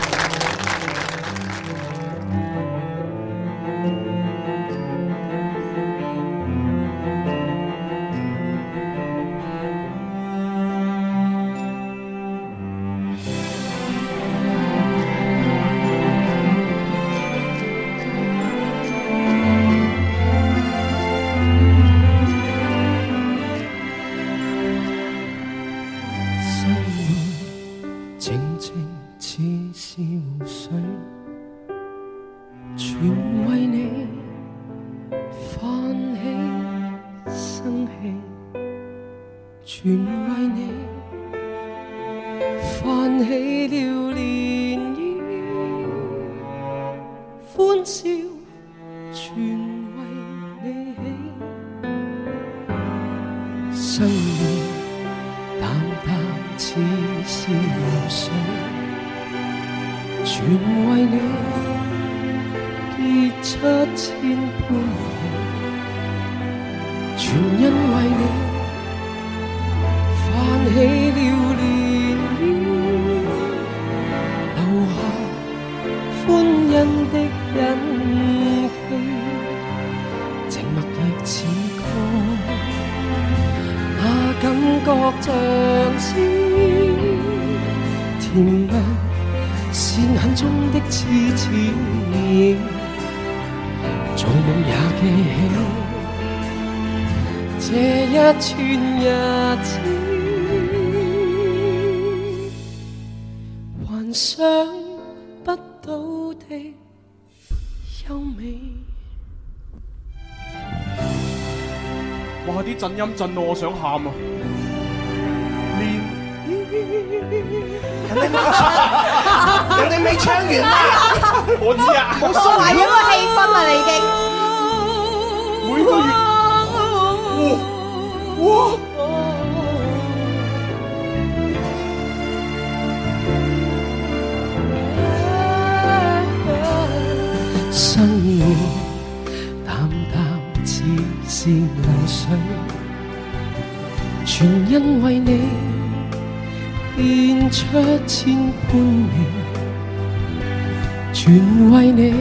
生活靜靜似是湖水，全為你泛起生氣，全為你泛起了漣漪，歡笑全為你起，生命。淡淡似是流水，全為你結出千般美，全因為你泛起了漣漪，留下歡欣的印記，靜默亦似歌。那感覺像是甜蜜，是眼中的痴痴意，做夢也記起這一串日子，幻想不到的優美。
哇！啲震音震到我想喊啊！
人哋未唱完啊！
<laughs> 我知啊，
冇所謂因為氣氛啊你已經
每個月，哇
生活淡淡似是流水，全因為你變出千般美，全為你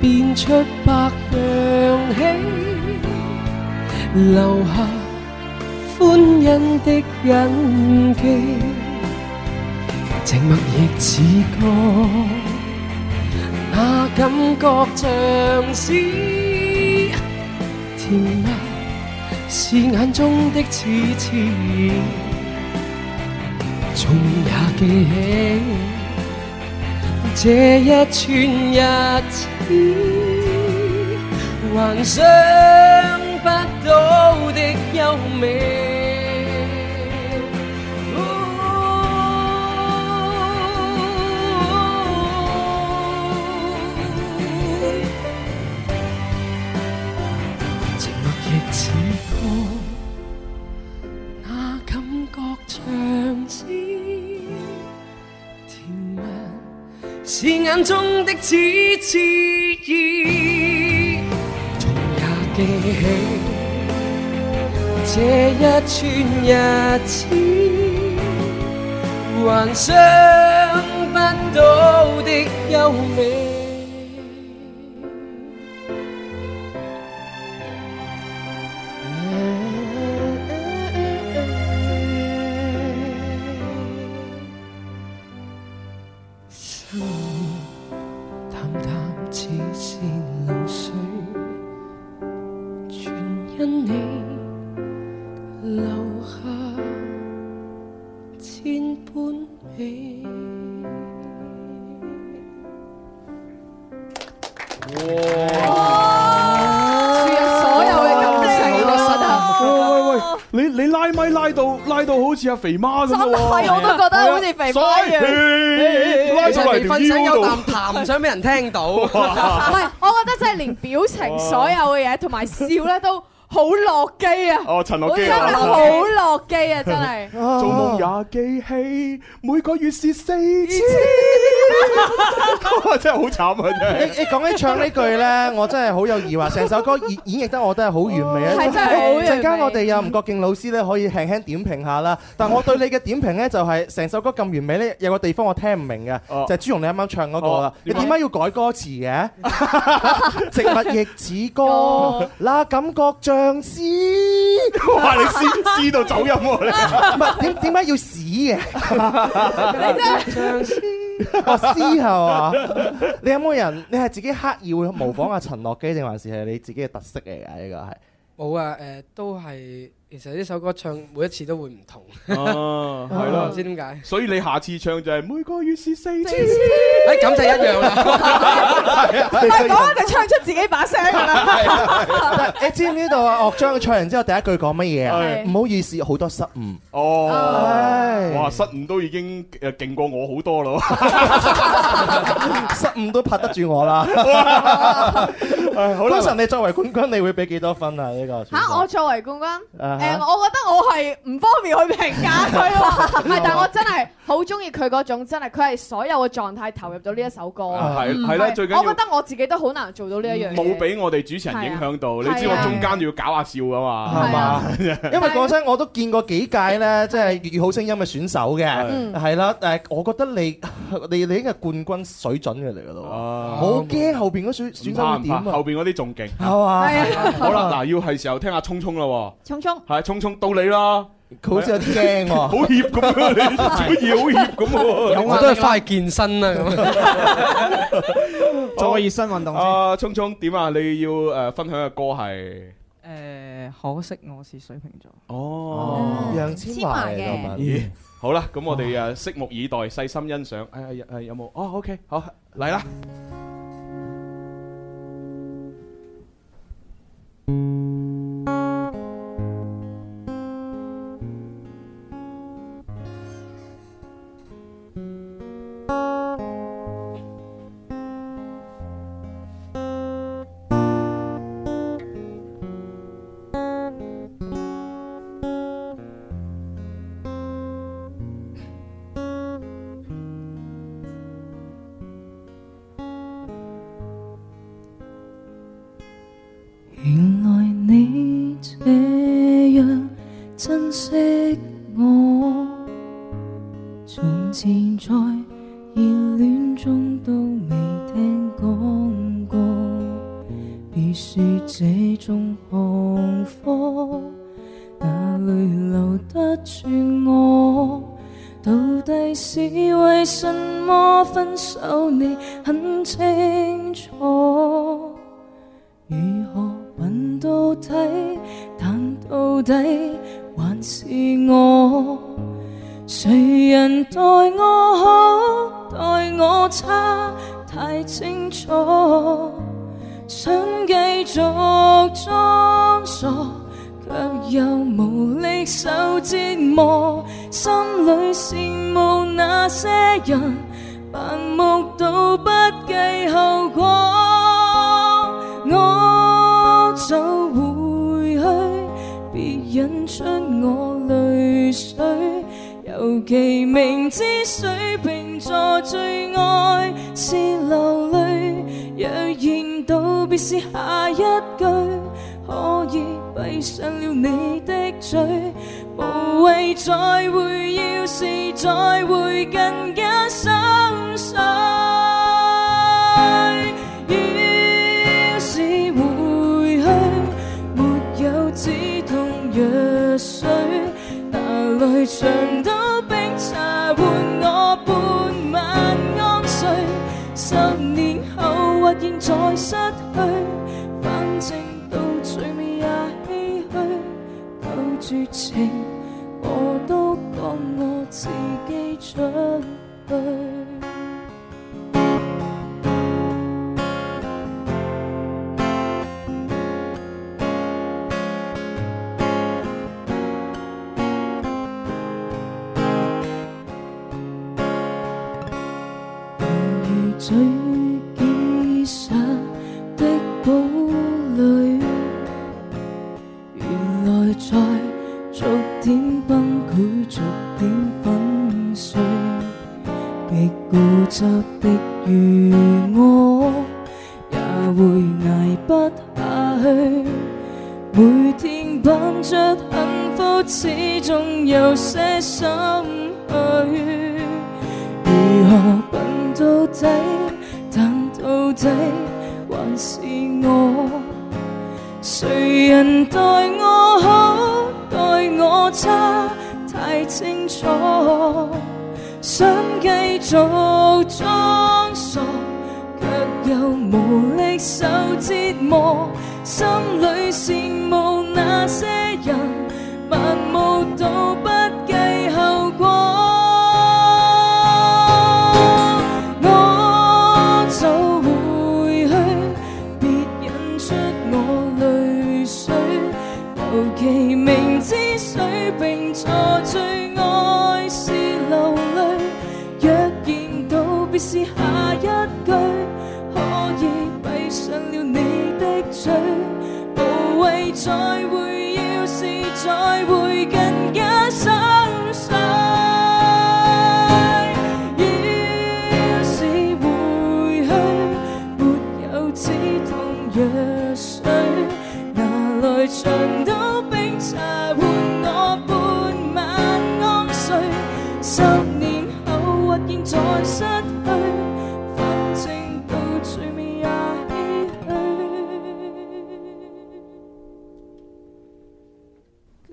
變出百樣喜，留下歡欣的印記，靜默亦似歌。那感覺像是甜蜜，是眼中的痴痴，總也記起這一串日子，幻想不到的優美。寂寞亦似歌，那感覺像是甜蜜，是眼中的痴痴意，總也記起這一串日子，幻想不到的優美。因你留下千般美。
啊你你拉咪拉到拉到好似阿肥媽咁
真係
喎啊
我都覺得好似肥媽一樣
係啊所以拉到嚟
肥媽
條
一樣
腰度，
唔係，我覺得真係連表情、所有嘅嘢同埋笑咧都好落機啊！
哦陳樂基
真係
啊
好落機啊！真係
<laughs> 做夢也記起，每個月是四
<laughs>
次， <laughs> 真係好慘啊！
你
真
你
係。
講起唱呢句咧，我真係好有疑惑，成首歌演演繹得我都係好完美啊！
係真係好完美
陣間我哋有吳國敬老師咧，可以輕輕點評下啦。
<laughs>
但我對你嘅點評咧，就係成首歌咁完美咧，有個地方我聽唔明嘅，就係朱紅你啱啱唱嗰個啦
哦。
你
點啊
點解要改歌詞
<laughs>
嘅？植物亦似歌，那感覺像詩。
哦 <laughs> 哇！你詩詩到走音喎你
唔係點點解要屎嘅？
아,
你
真
<laughs> 我思係嘛？你有冇人？你係自己刻意會模仿阿陳樂基，定還是係你自己嘅特色嚟㗎？呢
冇啊，誒、都係，其實呢首歌唱每一次都會唔同，
哦，係
唔
咯，
知點解。
所以你下次唱就係每個月是四
誒
次，
咁就一樣
個係。
係講啊，佢唱出自己把聲㗎啦。
但你知唔知道啊？樂章佢唱完之後第一句講乜嘢啊？
係
唔好意思，好多失誤。
哦
唉，
哇！失誤都已經誒勁過我好多咯。
<laughs> 失誤都拍得住我啦。
好啦
通常你作為冠軍，你會俾幾多分啊？呢個
嚇！我作為冠軍，誒，
啊
我
哈
覺得我係唔方便去評價佢
<laughs>
喎。唔係，但係我真係好中意佢嗰種，真係佢係所有嘅狀態投入到呢一首歌。
啊係
嗯
係啦最緊要
我覺得我自己都好難做到呢一樣嘢。
冇俾我哋主持人影響到，
係啊
你知我中間要搞下笑噶嘛，
係嘛？因為講真，我都見過幾屆咧，即係粵語好聲音嘅選手嘅，
嗯
係啦。誒，我覺得你 <laughs> 你你應該係冠軍水準嘅嚟㗎咯。好驚後邊嗰選選
啊唔
手
怕唔
會點
怕，後
啊？
邊嗰啲仲勁。
係嘛
係啊好啦，嗱，要係時候聽下聰聰啦喎。
聰聰
係聰聰到你啦。
佢好似有啲驚喎
<laughs> 好怯咁樣，你好似好怯咁喎。
<laughs>
<laughs>
我都係翻去健身啦咁。
做個熱身運動啊，聰聰點啊？你要誒分享嘅歌係
誒，可惜我是水瓶座。
哦
嗯
楊千
Ờ,
嬅
Ờ,
嚟㗎嘛
咦好啦，咁我哋誒拭目以待，細心欣賞。哎呀，誒有冇？哦，OK，好 Ờ, 嚟啦。
原來你這樣珍惜我，從前在熱戀中都未聽講過。別說這種行貨，哪裡留得住我？到底是為什麼分手？你很清楚。如何笨到底，但到底還是我。誰人待我好，待我差，太清楚。想繼續裝傻，卻又無力受折磨。心裏羨慕那些人，盲目到不計後果。我走回去，別引出我淚水。尤其明知水瓶座最愛是流淚，若然道別是下一句，可以閉上了你的嘴，無謂再會，要是再會更加心碎。要是回去，沒有止痛藥水，拿來長島冰茶換我半晚安睡。十年啊後或現在失去，反正到最尾也唏噓。絕情，我都講我自己出去。如最堅實的堡壘，原來在逐點崩潰，逐點粉碎。極固執的如我，也會捱不下去。每天品着幸福，始終有些心虛。如何笨到底，但到底還是我。誰人待我好，待我差，太清楚。想繼續裝傻，卻又無力受折磨。心裏羨慕那些人，漫無到不計後果。我早回去，別引出我淚水。尤其明知水瓶座最愛是流淚，若見到必是下一句，可以閉上了你的嘴，無謂再會，要是再會更加心碎。要是回去，沒有止痛藥水，拿來長島冰茶換我半晚安睡。十年後或現在失去，反正到最尾也唏噓。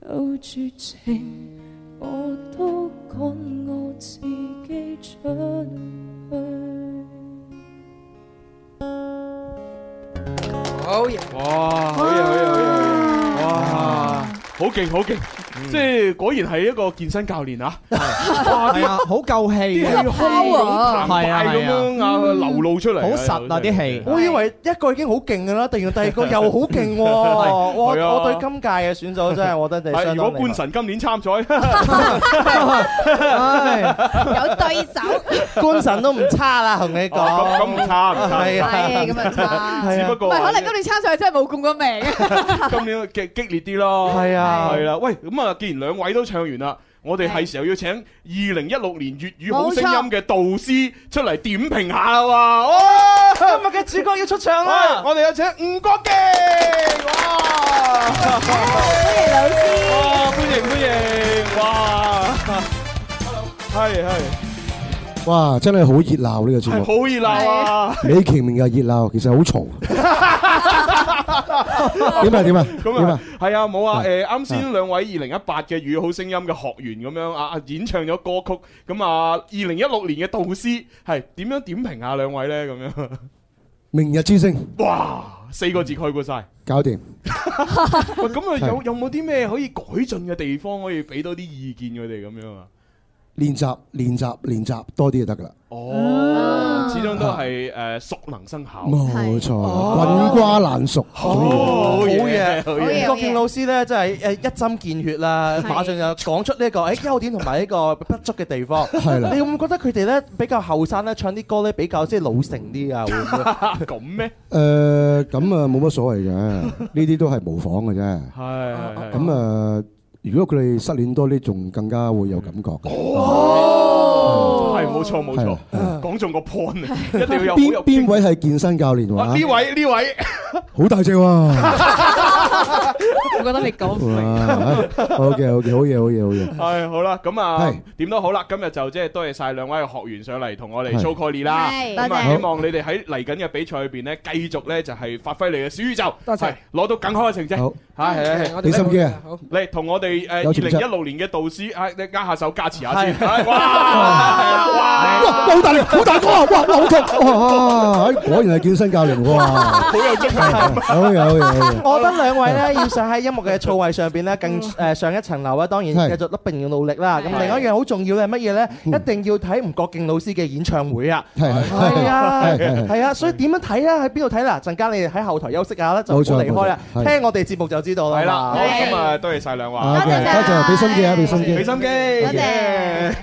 夠絕情，我都趕我自己出去。
好嘢！哇，好嘢，好嘢，好嘢好嘢！哇，好勁，好勁！即係果然係一個健身教練啊！哇，
係啊，好夠氣
啲
啊，
氣
à.
好澎湃咁樣啊，
Ừ.
流露出嚟，
好實啊啲氣。
我以為一個已經好勁㗎啦，突然第二個又好勁喎！
<laughs>
我
係啊
我對今屆嘅選手真係我覺得你
係
相當
如果
厲害
官神今年參賽，
<laughs>
有對
<laughs>
手。
官神都唔差啦，同你講。
哦咁咁唔差唔差
係啊，
係咁啊差只不
唔
過
係，可能今年參賽真係冇咁嘅名。
<laughs> 今年激激烈啲咯。
係啊
係啦。喂，咁啊，既然兩位都唱完啦。我哋係時候要請二零一六年粵語好聲音嘅導師出嚟點評下啦
아,
喎！
어!
哦
今日嘅主角要出場啦！
我哋有請吳國敬，哇！歡
迎老師，
哇！歡迎歡迎，哇！係係
哇！真係好熱鬧呢個節
係
目，
好熱鬧啊！
美其名又熱鬧，其實好嘈。
<laughs>
點啊點啊點
咁啊
啊！，
係啊，冇啊，誒，啱先兩位二零一八嘅粵語好聲音嘅學員咁樣啊，啊演唱咗歌曲，咁啊，二零一六年嘅導師係點樣點評下兩位咧？咁樣， <laughs>
明日之星
哇，四個字概括 <laughs> 晒。
搞掂。
喂，咁啊，有有冇啲咩可以改進嘅地方，可以俾多啲意見佢哋咁樣啊？
練習練習練習多啲就得噶啦，
哦，始終都係誒熟能生巧。
冇錯，滾瓜爛熟。
好
好
嘢
嘢，
好嘢
郭敬老師咧真係誒一針見血啦，馬上就講出呢一個誒優點同埋呢個不足嘅地方。
係啦
你會唔會覺得佢哋咧比較後生咧唱啲歌咧比較即係老成啲啊？會唔會？
咁咩？
誒咁啊，冇乜所謂
<laughs>
嘅，呢啲都係模仿嘅啫。
係係
咁啊，如果佢哋失戀多啲，仲更加會有感覺嘅。
係冇錯冇錯，講中個 point，啊一定要有好
邊
有
邊位係健身教練
啊
話
呢？位呢位，
好大
<laughs>
隻喎！
我覺得你講唔明。
<laughs>
OK OK，好嘢好嘢好嘢。
係好啦，咁啊
係
點都好啦，今日就即係多謝晒兩位學員上嚟同我哋
係
show 概念啦，
係
咁
多
啊
謝
希望你哋喺嚟緊嘅比賽裏邊咧，繼續咧就係發揮你嘅小宇宙，
多謝
係攞到更好嘅成績，
好
係係係
我哋
俾心機啊！
嚟同我哋誒二
有潛
零
質
一六年嘅導師啊，你握下手加持下先，
係
係 아,
아,
哇哇！
哇，好大力，好大個啊！哇，哇好痛！哇，哎果然係健身教練喎。
好有精神。
好嘢好嘢好嘢！
我覺得兩位咧要上喺音樂嘅造詣上邊咧，更誒上一層樓啊！當然繼續不斷要努力啦。咁另外一樣好重要嘅係乜嘢咧？一定要睇吳國敬老師嘅演唱會啊！
係
係啊
係係係，
係啊，所以點樣睇啊？喺邊度睇啦？陣間你哋喺後台休息下啦，就唔
冇錯
好離開啦。
冇錯係
聽我哋節目就知道啦。
係啦，好，
係
咁啊，多謝晒兩位，
OK，多謝，俾心機啊，俾心機，
俾心機，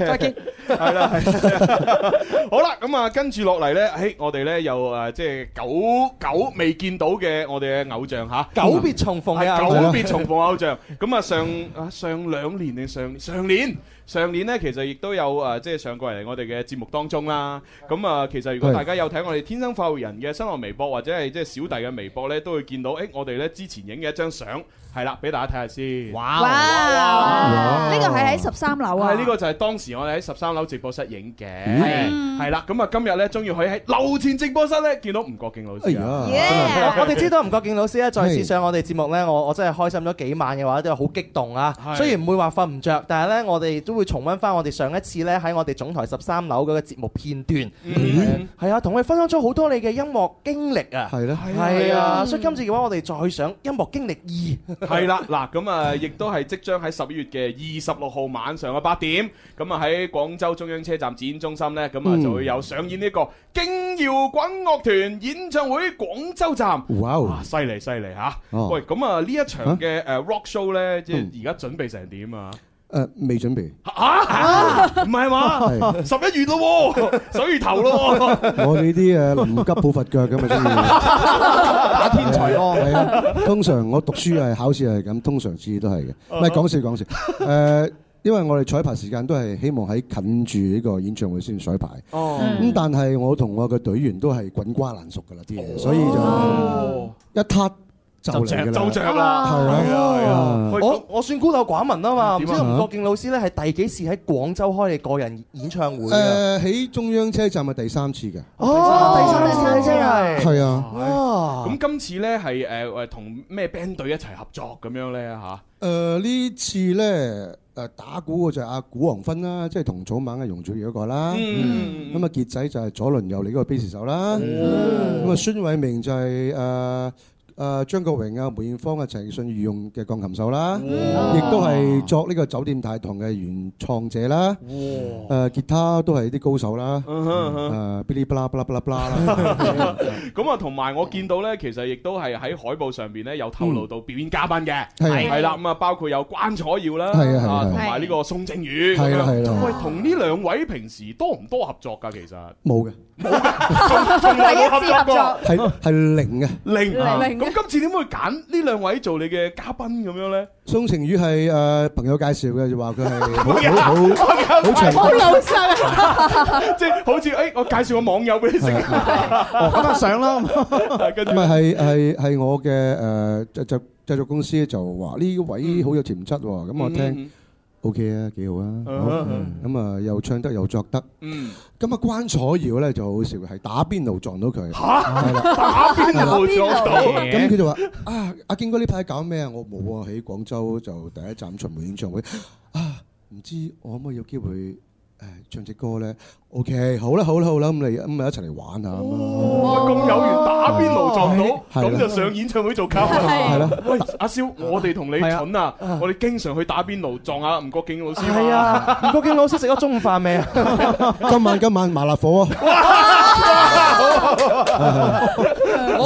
再見，係 <laughs> 啦，係好啦，咁啊，跟住落嚟咧，誒，我哋咧又誒，即係久久未見到嘅我哋嘅偶像吓，
久別重逢嘅
係
偶
久
像
別重逢偶像。咁啊，上啊上兩年定上上年？上年呢，其實亦都有誒、呃即係上過嚟我哋嘅節目當中啦。咁啊、其實如果
係
大家有睇我哋天生發育人嘅新浪微博或者係即係小弟嘅微博呢，都會見到誒、我哋呢之前影嘅一張相，係啦，俾大家睇下先。啊哇
哇！呢個係喺十三樓啊，
係呢個就係當時我哋喺十三樓直播室影嘅，
嗯
係啦。咁啊，今日咧終於可以喺樓前直播室咧見到吳國敬老師啊！
我哋知道吳國敬老師咧，再次上我哋節目咧，我我真係開心咗幾晚嘅話，都好激動啊！
係
雖然唔會話瞓唔着，但係咧，我哋都會重温翻我哋上一次咧喺我哋總台十三樓嗰個節目片段。係啊，同佢分享咗好多你嘅音樂經歷啊！
嗯係咯，
係啊，
嗯
所以今次嘅話，我哋再上音樂經歷二。
係啦，嗱咁啊，亦都係即將喺十一月嘅二十六號晚上嘅八點，咁啊喺廣州中央車站展演中心呢，咁啊
嗯
就會有上演呢個京搖滾樂團演唱會廣州站。
哇哦
哇！犀利犀利嚇！
哦
喂，咁啊呢一場嘅誒 rock show 呢，即係而家準備成點啊？
誒未準備，
啊，唔係嘛？
係
十一月咯喎，十一月頭咯喎。
我哋呢啲誒臨急抱佛腳咁啊，
打天才咯，
係啊，通常我讀書係考試係咁，通常次都係嘅，唔係講笑講笑誒。因為我哋彩排時間都係希望喺近住呢個演唱會先彩排，
어.
哦
咁但係我同我嘅隊員都係滾瓜爛熟㗎啦啲嘢，所以就一撻就嚟㗎啦，
就着啦
係啊
係啊係啊喂
我我算孤陋寡聞啊嘛，唔知
點啊
道吳國敬老師咧係第幾次喺廣州開你個人演唱會啊？
誒喺中央車站係第三次嘅，
哦，第三次真係。
係啊。
咁今次呢係誒誒同咩 band 隊一齊合作咁樣呢？嚇？
誒、呢次咧誒打鼓嘅就係阿古黃昏啦，即係同草蜢嘅容祖兒嗰個啦。
嗯
咁啊傑仔就係左麟右李嗰個 bass 手啦。咁啊孫偉明就係誒誒張國榮啊梅艷芳啊陳奕迅御用嘅鋼琴手啦，亦都係作呢個酒店大堂嘅原創者啦。誒吉他都係啲高手啦。
嗯哼嗯
誒噼哩啪啦啪啦啪啦啪啦啦。
<laughs> 咁啊，同埋我見到呢，其實亦都係喺海報上邊呢，有透露到表演嘉賓嘅，
係啊
係啦，咁啊包括有關楚耀啦，
係啊係啊係啊
同埋呢個宋靖宇，
係啦
咁樣
係啦
喂，同呢兩位平時多唔多合作㗎？其實
冇嘅，
第一
從來冇合
次合作
過，
係係零嘅。
零。啊
零
咁今次點會揀呢兩位做你嘅嘉賓咁樣呢？
宋晴宇係誒朋友介紹嘅，就話
<laughs>
佢係好
朋友
好
<laughs>
好好長。
實啊！
即係好似誒，我介紹個網友俾你識，
係
哦咁啊上啦，
<laughs> 跟
咁咪係係係我嘅誒製作製作公司就話呢位好有潛質喎，咁我聽 O K 啊，幾好啊，
嗯
好
嗯
咁啊又唱得又作得，
嗯，
咁啊關楚耀咧就好笑嘅，係打邊爐撞到佢，係啦
打邊爐做到，
咁佢就話啊阿堅哥呢排搞咩啊？我冇啊，喺廣州就第一站巡迴演唱會啊，唔知我可唔可以有機會誒唱隻歌咧？O K，好啦好啦好啦，咁你咁咪一齊嚟玩下咁啊。
咁有緣打邊爐撞
係
到，
啦
咁就上演唱會做嘉賓。
係啦
喂，阿蕭，我哋同你蠢啊！我哋經常去打邊爐撞下吳國敬老師嘛。
係啊，吳國敬老師食咗中午飯未啊？
今晚今晚麻辣火鍋。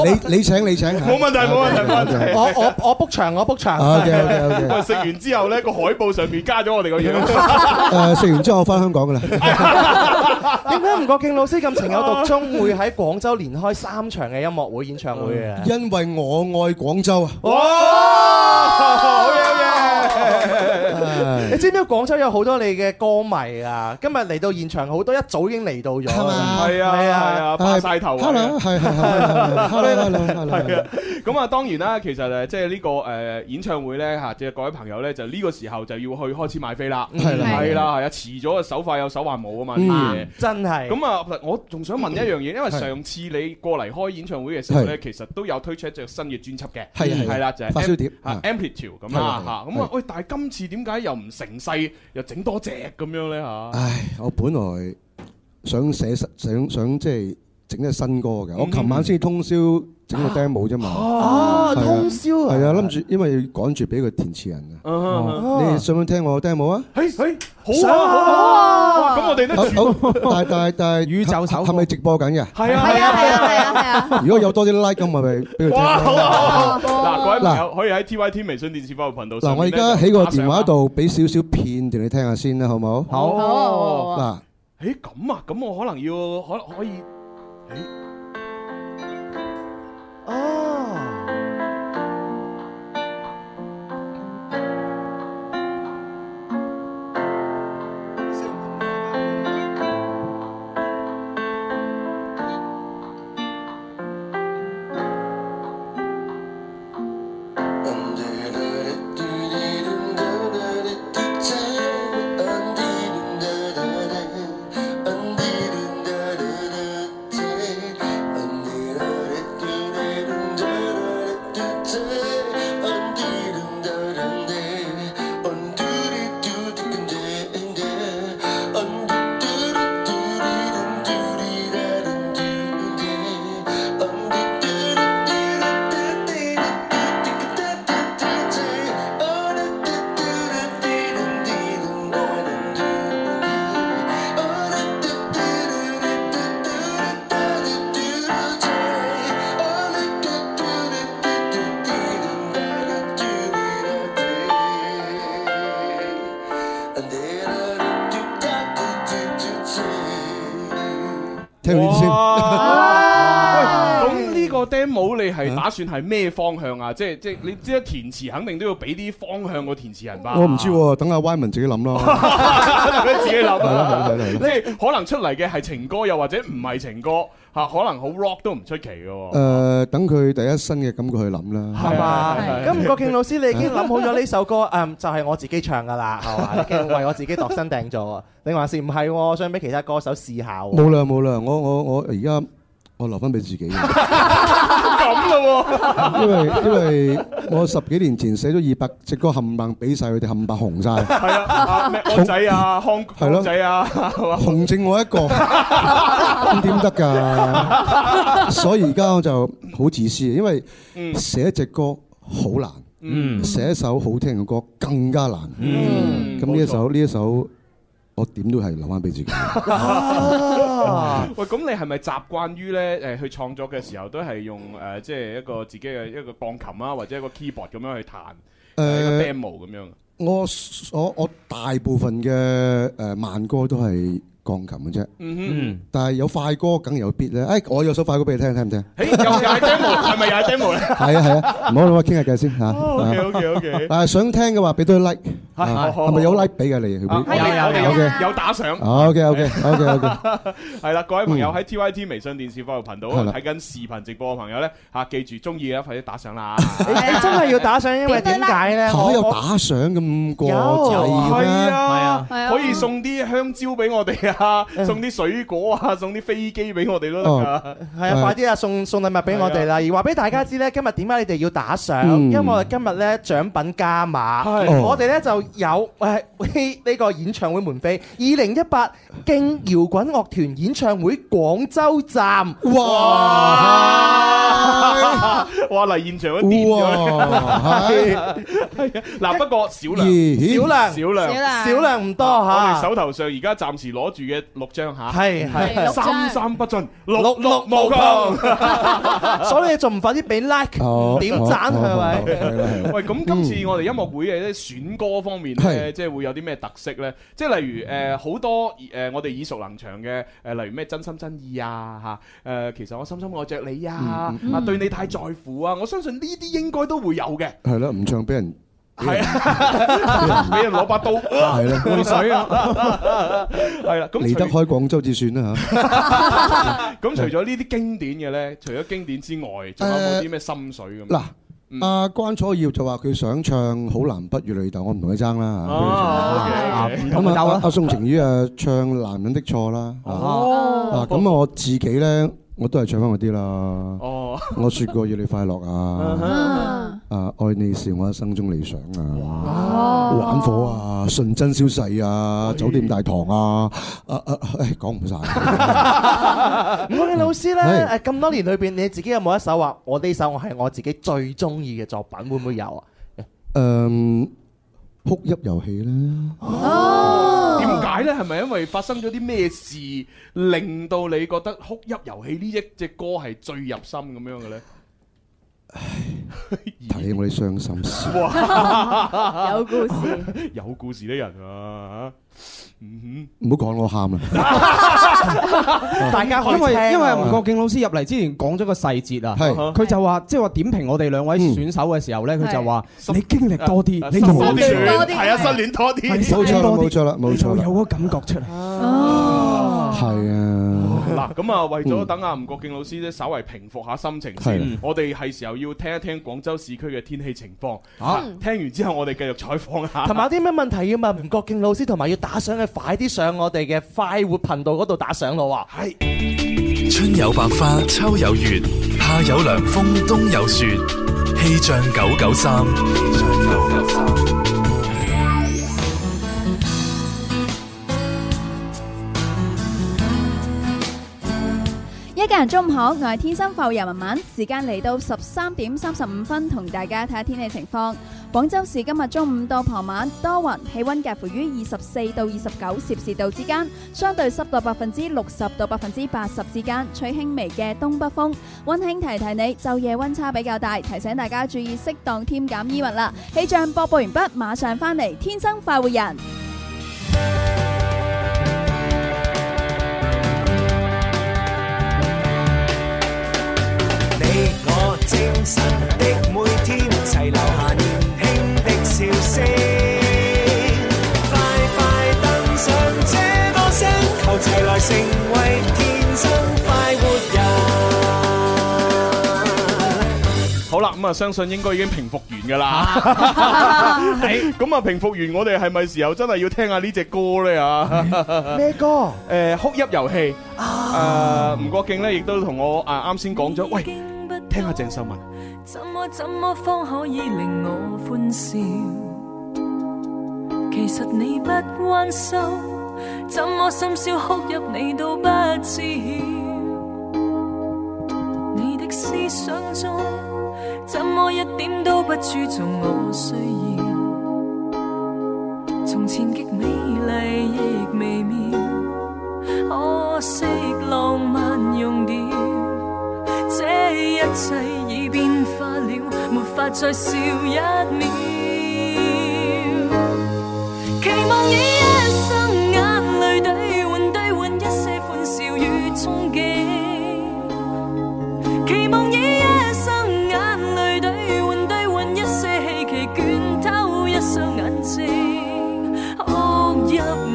你你請你請，
<laughs> 冇問題，冇問題，冇問題。
我我我 book 場，我 book 場。
OK，OK，OK
喂，食 <laughs> 完之後咧，個海報上面加咗我哋個樣。
誒食完之後我翻香港㗎啦，
點解吳國敬老師咁情有獨鍾，會喺廣州連開三場嘅音樂會演唱會嘅？
因為我愛廣州啊！
好嘢，好
<laughs> 你知唔知廣州有好多你嘅歌迷啊？今日嚟到現場好多一早已經嚟到咗。係
嘛
係啊，係啊，霸晒頭啊。
Hello，係係係 Hello，Hello，Hello，
係啊，咁啊當然啦，其實誒即係呢個誒演唱會咧嚇，即係各位朋友咧就呢個時候就要去開始買飛啦，
嗯係啦
係啦，係啊，遲咗手快有手慢冇啊嘛呢啲嘢
嗯。，真係。
咁啊，我仲想問一樣嘢，因為
係
上次你過嚟開演唱會嘅時候咧，其實都有推出一隻新嘅專輯嘅，
係啊係啊
係啦，就係
發燒碟
아,
Am- 啊
啊
Amplitude 咁
係啊
啦
係啊
嚇。咁啊
係，
喂，但係今次點解又唔成勢，又整多隻咁樣咧嚇？
唉，我本來想寫想想即係整隻新歌嘅，我琴晚先通宵整個 demo 啫嘛。
哦通宵啊
係啊，諗住因為要趕住俾佢填詞人啊。
哦
你想唔想聽我 demo 啊？
嘿嘿，好
想
啊
啊
好啊，哇咁我哋都
好，好但係但係
<laughs>
但係宇宙手係咪直播緊嘅？
係啊係啊係啊係啊係啊！
如果有多啲 like 咁，咪俾佢聽
哇，好啊
咯。
好啊！嗱，各位朋
嗱
友可以喺 T Y T 微信電視服務頻道
嗱，
上
我而
面呢。
家喺個電話
度。
度俾少少片段你聽下先啦，好唔好？
好
嗱。
誒咁啊，咁我可能要可可以
聽完先。
喂，咁呢個 demo 你係打算係咩方向啊？即係即係你知啦，填詞肯定都要俾啲方向個填詞人吧？
我唔知喎，等阿 Y 文自己諗
<laughs>
咯。
佢 <laughs> 自己諗啊
係啦係啦係，
即
啦
係可能出嚟嘅係情歌，又或者唔係情歌嚇，可能好 rock 都唔出奇嘅
<laughs> Ờ,
喎。
誒，等佢第一身嘅感覺去諗啦。
係嘛？
係
咁吳國敬老師，你已經諗好咗呢首歌，誒就係我自己唱噶啦，係嘛？已經為我自己度身訂做啊！你還是唔係喎？想俾其他歌手試下喎？
冇啦冇啦，我我我而家我留翻俾自己，因
咁咯
為因為我十幾年前寫咗二百隻歌，冚唪唥俾晒佢哋，冚唪唥紅晒，
係啊，阿咩安仔啊，康
係咯
康仔啊，係嘛
紅剩我一 <laughs> 個，咁點得㗎？所以而家我就好自私，因為
嗯
寫一隻歌好難。
嗯
寫一首好聽嘅歌更加難。
嗯
咁呢一首呢一首，我點都係留翻俾自己。
喂，咁你係咪習慣於咧誒去創作嘅時候都係用誒即係一個自己嘅一個鋼琴啊，或者一個 keyboard 咁樣去彈誒一個
誒
demo 咁樣？
我我我大部分嘅誒慢歌都係鋼琴嘅啫。
嗯
但係有快歌梗有 beat 咧。誒，我有首快歌俾你聽，聽唔聽？
哼，
<laughs>
誒又又係 demo，係咪又係 demo 咧？
係啊係啊，唔好諗啊，傾下偈先嚇。 <laughs>
<laughs> OK，OK，OK
但係想聽嘅話，俾多啲 like。
好
啊
好
係咪有 like 俾嘅你？
啊我哋我哋有
OK 啊
有打賞。
OK OK OK OK。
<laughs> 係啦，各位朋友喺 TYT 微信電視服務頻道
嗯係啦
睇緊視頻直播嘅朋友咧，嚇記住中意嘅快啲打賞啦！
你你哎真係要打上，因為點解咧？
嚇
我
有
我
打賞咁過
係
滯
à.
咩？
啊，
係啊
可以送啲香蕉俾我哋啊，送啲水果啊，送啲飛機俾我哋都得㗎。
係啊，快啲啊，送送禮物俾我哋啦！而話俾大家知咧，今日點解你哋要打賞？
啊嗯
因為我哋今日咧獎品加碼，
哦
我哋咧就有誒呢個演唱會門飛，二零一八勁搖滾樂團演唱會廣州站，
哇！哇！嚟現場都掂
哇
咗
係
呢， <laughs> 係啊！嗱，不過少量，
咦少量
少量，
少量唔多
我哋
嚇。
手頭上而家暫時攞住嘅六張嚇，
係係六張
三三不盡，六
六
六
六
無
無
窮。
窮，所以你仲唔快啲俾 like
哦
點贊
哦
係咪？
<laughs> 喂，咁今次我哋音樂會嘅啲選歌方面咧，
係
即係會有啲咩特色咧？即係例如誒好多誒我哋耳熟能詳嘅誒，例如咩真心真意啊嚇誒，其實我深深愛着你啊
嗯嗯
啊，對你太在乎啊，我相信呢啲應該都會有嘅，
係啦，唔唱俾人
係啊，俾人攞把刀，
係啦
換水
<laughs>
啊，係啦，咁
離
除
得開廣州至算啦嚇。
咁除咗呢啲經典嘅咧，除咗經典之外，仲有冇啲咩心水咁？
嗱，阿關楚耀就話佢想唱《好男不與女鬥》，我唔同佢爭啦
哦，OK，OK
嚇。咁啊啊，阿阿宋晴宇啊唱《男人的錯》啦。啊
哦
啊，咁啊我自己咧，我都係唱翻嗰啲啦。哦，我説過要你快樂啊，啊愛你是我一生中理想啊，玩火啊，純真消逝啊，酒店大堂啊，啊啊誒講唔晒。
吳國敬老師咧，
係
誒咁多年裏邊，你自己有冇一首話我呢首我係我自己最中意嘅作品？會唔會有啊？
誒嗯哭泣遊戲啦。
點解咧？係咪因為發生咗啲咩事，令到你覺得哭泣遊戲呢一隻歌係最入心咁樣嘅咧？
睇我啲傷心事。
哇！
<laughs> 有故事，
<laughs> 有故事的人啊！嗯
唔好講我喊啦。
大家可以
因為
聽啊
因為吳國敬老師入嚟之前講咗個細節啊，
係
佢就話即係話點評我哋兩位選手嘅時候咧，佢就話你經歷多啲，你
失
容
戀
易
多啲
係啊
戀多
你
冇錯啦，冇
失戀多啲
錯啦，冇錯
就
啦
有，嗰個感覺出嚟。
哦係啊。
哼，嗱咁啊，為咗等阿吳國敬老師咧，稍為平復下心情
係
先，我哋係時候要聽一聽廣州市區嘅天氣情況。啊，聽完之後我哋繼續採訪下。
同埋有啲咩問題要問吳國敬老師，同埋要打賞嘅快啲上我哋嘅快活頻道嗰度打賞咯喎！
係。
春有百花，秋有月，夏有涼風，冬有雪。氣象九九三，氣象九九三。
一家人中午好，我係天生浮人文文，時間嚟到十三點三十五分，同大家睇下天氣情況。廣州市今日中午到傍晚多雲，氣温介乎於二十四到二十九攝氏度之間，相對濕度百分之六十到百分之八十之間，吹輕微嘅東北風。温馨提提你，晝夜温差比較大，提醒大家注意適當添減衣物啦。氣象播報完畢，馬上翻嚟，天生快活人。
你我精神的每天，齊留下年輕的笑聲。快快登上這歌聲，求齊來成為天生快活人。
好啦，咁啊，相信應該已經平復完噶
<laughs>
啦。係咁啊，平復完，我哋係咪時候真係要聽下呢只歌咧啊？
咩歌？
<laughs>
啊
誒，哭泣遊戲。誒，吳國敬咧，亦都同我啊啱先講咗，喂，聽下鄭秀文。
怎麼怎麼方可以令我歡笑？其實你不關心，怎麼深宵哭泣你都不知曉。你的思想中，怎麼一點都不注重我需要？從前極美麗亦微妙，可惜浪漫用掉。這一切已變化了，沒法再笑一秒。期望以一生眼淚兌換兌換一些歡笑與憧憬，期望以一生眼淚兌換兌換一些希冀倦透一雙眼睛。哭泣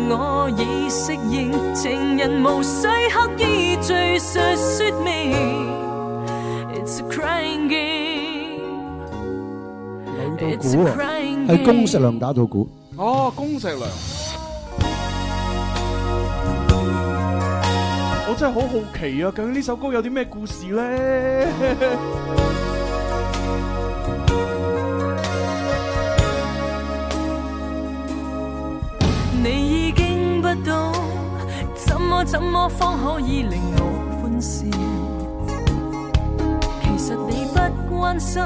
我已適應，情人無需刻意敘述說明。It's a crying game.
到
It's a
鼓啊
crying，
係公石良打到鼓。
哦，公石良，我真係好好奇啊！究竟呢首歌有啲咩故事咧？
你已經不懂，怎麼怎麼方可以令我歡笑？其實你不關心，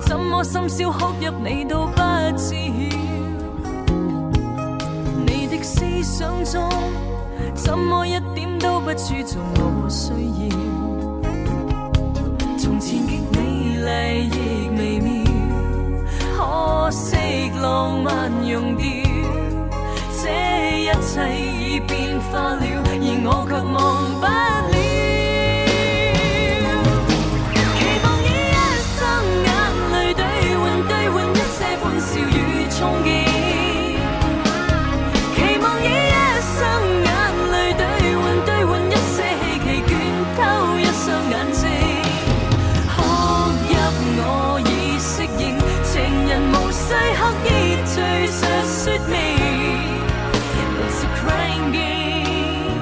怎麼深宵哭泣你都不知曉。你的思想中，怎麼一點都不注重我需要？從前極美麗亦微妙，可惜浪漫用掉。這一切已變化了，而我卻忘不了。期望以一生眼淚兌換兌換一些歡笑與憧憬，期望以一生眼淚兌換兌換一些希冀倦透一雙眼睛。哭泣我已適應，情人無需刻意敘述說明。It's a crying game.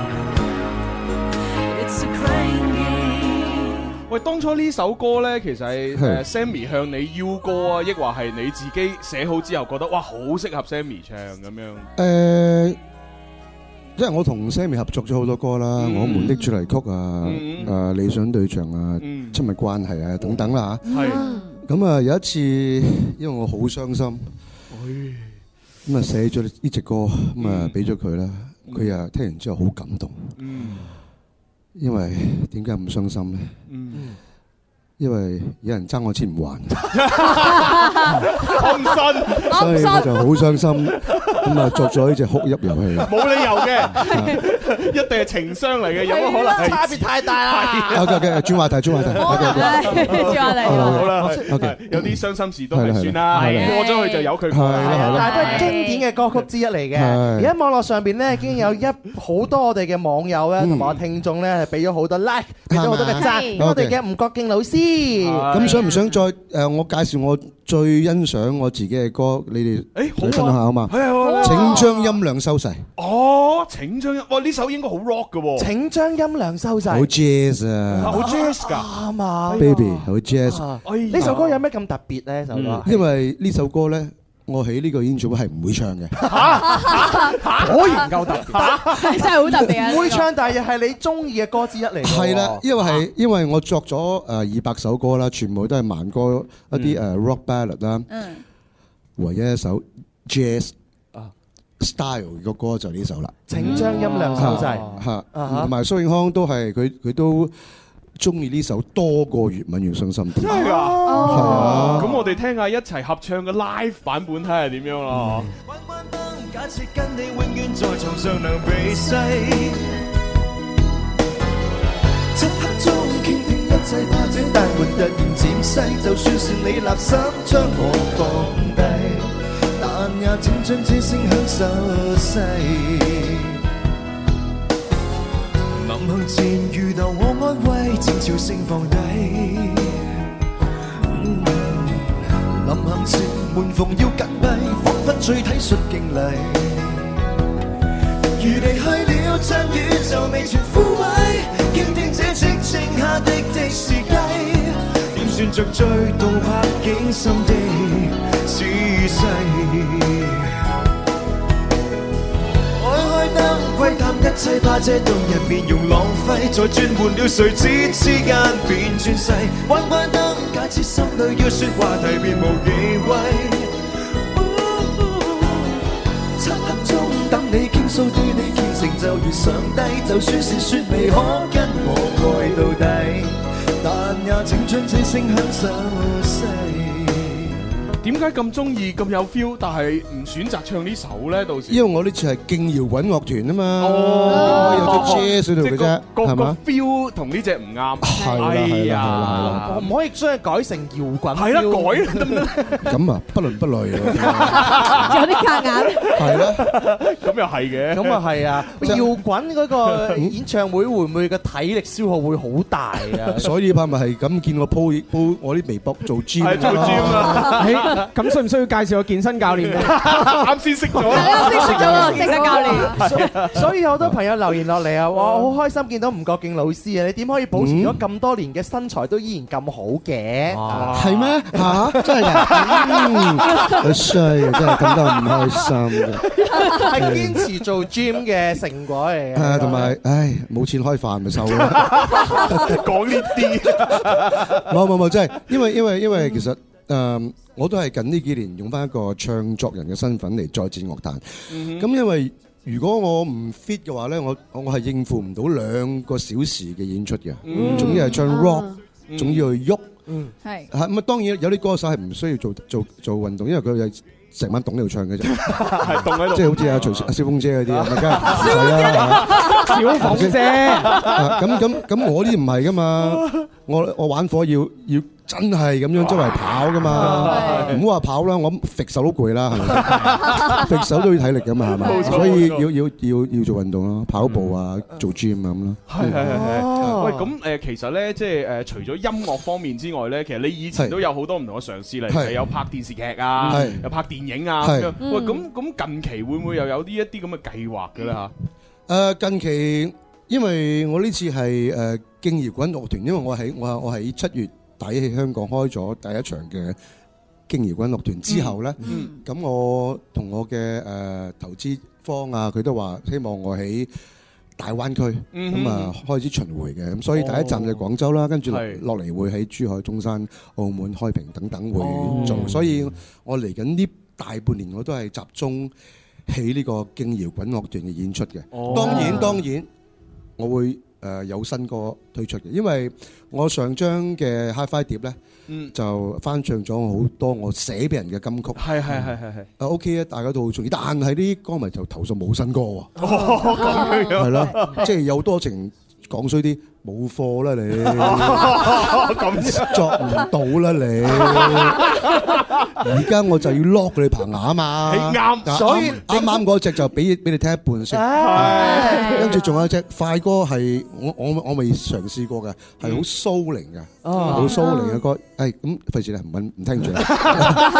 當初呢首歌呢，其實係
<laughs>
係
誒 Sammy 向你邀歌啊，抑或係你自己寫好之後覺得哇好適合 Sammy 唱咁樣。
誒，因為我同 Sammy 合作咗好多歌啦，
嗯
我們的主題曲啊，
嗯
誒理想對象啊，
嗯
親密關係啊等等啦嚇。
係
咁啊有一次，因為我好傷心，咁啊寫咗呢隻歌，咁啊俾咗佢啦，佢啊聽完之後好感動，
嗯
因為點解咁傷心呢？
嗯，
因為有人爭我錢唔
<laughs>
還。
我唔信，
所以我就好傷心，咁啊作咗呢只哭泣遊戲啦。
冇理由
<laughs>
嘅，一 <laughs> 定係情商嚟嘅，有乜可能係
差別太大啦。
OK OK，轉
<laughs>
話題，轉話題。OK
轉
下嚟
好啦
OK，
有啲傷心事都
係
係
啦
算啦，
係啦
過咗去就由佢過
係啦係
啦。
但係都係經典嘅歌曲之一嚟嘅。
係
而家網絡上邊咧，已經有一好多我哋嘅網友咧，同埋我聽眾咧，係俾咗好多 like，俾咗好多嘅讚。
係
我哋嘅吳國敬老師，
咁想唔想再誒？我介紹我最欣賞我自己嘅歌，你哋
好
分享下好嘛？
係啊好啊
請將音量收細，
哦，請將哇呢首應該好 rock 嘅喎，
請將音量收細。
好 jazz 啊
好 jazz 㗎，
啱啊嗯
，baby，好 jazz。
哎呀
呢首歌有咩咁特別咧？首歌
因為呢首歌咧，我喺呢個演唱會係唔會唱嘅。
果然夠特別，
真係好特別啊呢個
會唱，但係係你中意嘅歌之一嚟。
係啦，，因為
啊
係因為我作咗誒二百首歌啦，全部都係慢歌，一
嗯
啲誒 rock ballad 啦。
嗯，
唯一一首 jazz style 嘅歌就呢首啦。
啊請將音量收細
嚇，
啊哈
同埋蘇永康都係佢佢都中意呢首多過粵文越傷心啲。
真係㗎，
哦
咁我哋聽下一齊合唱嘅 live 版本睇下點樣咯。
假設跟你永遠在床上量比西，漆黑中傾聽一切怕這大門突然漸西，就算是你立心將我放低，但也請將這聲響收細。暗向前遇到我安慰，前朝聲放低。臨行前門縫要緊閉，彷彿最體恤敬禮。如離去了，像宇宙未全枯萎，傾聽這寂靜下的的時機，點算着追到拍景
<laughs>
深的仔細。開開燈，窺探一切，怕這動人面容浪費。再轉換了誰知之間變轉世。關關燈，假設心裏要説話題，便無忌諱。漆黑中等你傾訴，對你虔誠就如上帝。就算是説未可跟我愛到底，但也請將這聲響手勢。
點解咁中意咁有 feel，但係唔選擇唱呢首咧？到時
因為我呢次係敬搖滾樂團啊嘛，
哦
我有隻 jazz 喺度嘅啫，
個
係
個
嘛？
feel 同呢只唔
<laughs>
啱，
係啦係啦係啦
我唔可以將佢改成搖滾。
係啦，改啦得唔得？
咁啊，不倫不類啊！
有啲夾硬。
係啦，
<laughs> 咁又係嘅，
咁啊係
<laughs>
啊，搖滾嗰個演唱會會唔會個體力消耗會好大
<laughs>
啊？
所以怕咪係咁見我 po po 我啲微博做 gym
<laughs> 係做 gym
<laughs>
啊
啊！咁需唔需要介紹個健身教
<laughs>
練
啱先識咗，
啱先識咗啦
識咗教練
所所以有好多朋友留言落嚟啊，我好開心見到吳國敬老師啊！你點可以保持咗咁多年嘅身材都依然咁好嘅？
係
<laughs>
咩？嚇，真係㗎！嗯衰啊，真係感到唔開心嘅。
係堅持做 gym 嘅成果嚟嘅。
誒，同埋，唉，冇錢開飯咪瘦啦。
講呢啲，
冇冇冇，真係，因為因為因為其實誒，我都係近呢幾年用翻一個唱作人嘅身份嚟再戰樂壇。咁因為如果我唔 fit 嘅話咧，我我係應付唔到兩個小時嘅演出嘅
嗯，
總之係唱
啊
rock，總要去喐。
嗯，
係。
嚇咁啊！當然有啲歌手係唔需要做做做運動，因為佢係成晚棟喺度唱嘅啫，
係棟喺度
即係好似阿徐阿蕭峰姐嗰啲，咪梗係唔使啦。
小
係咪
鳳
先
姐
啊咁咁咁，我啲唔係噶嘛，我我玩火要要真係咁樣周圍跑噶嘛，唔好話跑啦，我揈手都攰啦，係
<laughs>
咪先？揈手都要體力噶嘛，係咪？
冇錯
所以
冇
要
錯
要要要做運動咯，跑步啊，做 gym 啊咁咯。
係係係係。
哦
喂，咁誒、其實咧，即係誒、除咗音樂方面之外咧，其實你以前
係
都有好多唔同嘅嘗試，例如
係
係有拍電視劇啊
係，
有拍電影啊咁
係
樣。
嗯
喂，咁咁近期會唔會又有呢一啲咁嘅計劃嘅咧嚇？
誒近期，因為我呢次係誒敬搖滾樂團，因為我喺我我喺七月底喺香港開咗第一場嘅敬搖滾樂團之後咧，咁、我同我嘅誒、呃投資方啊，佢都話希望我喺大灣區
嗯
咁啊、開始巡迴嘅，咁所以第一站就係廣州啦，跟住落
係
落嚟會喺珠海、中山、澳門、開平等等會做，
哦
所以我嚟緊呢大半年我都係集中喺呢個敬搖滾樂團嘅演出嘅。
哦
當然當然，我會誒、呃有新歌推出嘅，因為我上張嘅 HiFi 碟咧。
嗯，
就翻唱咗好多我寫俾人嘅金曲，
係係係係係。
啊 OK 啊，大家都好中意，但係呢啲歌迷就投訴冇新歌喎。
咁樣
係啦，即係有多情講衰啲，冇貨
<laughs>
啦你，
啊咁呃樣
作唔到啦
<laughs>
你。而家我就要 lock 你棚牙啊嘛，
係啱
啊
所以
啱啱啱嗰只就俾俾你聽一半
唉
先，跟住仲有一隻快歌係我我我未嘗試過嘅，係好蘇寧嘅，
哦
好蘇寧嘅歌，誒咁費事啦，唔揾唔聽
<laughs>
住啦。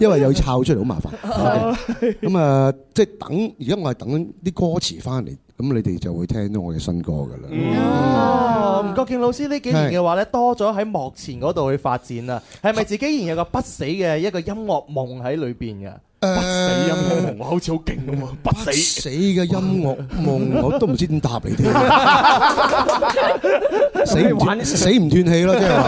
因為又要抄出嚟好麻
哦
煩。咁啊，即係等而家我係等緊啲歌詞翻嚟，咁你哋就會聽到我嘅新歌㗎啦。
哦，吳國敬老師呢幾年嘅話咧，多咗喺幕前嗰度去發展啦。係咪自己仍然有個不死嘅一個音樂夢喺裏邊嘅？
不死音樂
夢，我好似好勁咁啊！不
死嘅音樂夢，我都唔知點答你
<laughs>
添。死唔斷死唔斷氣咯，即係話。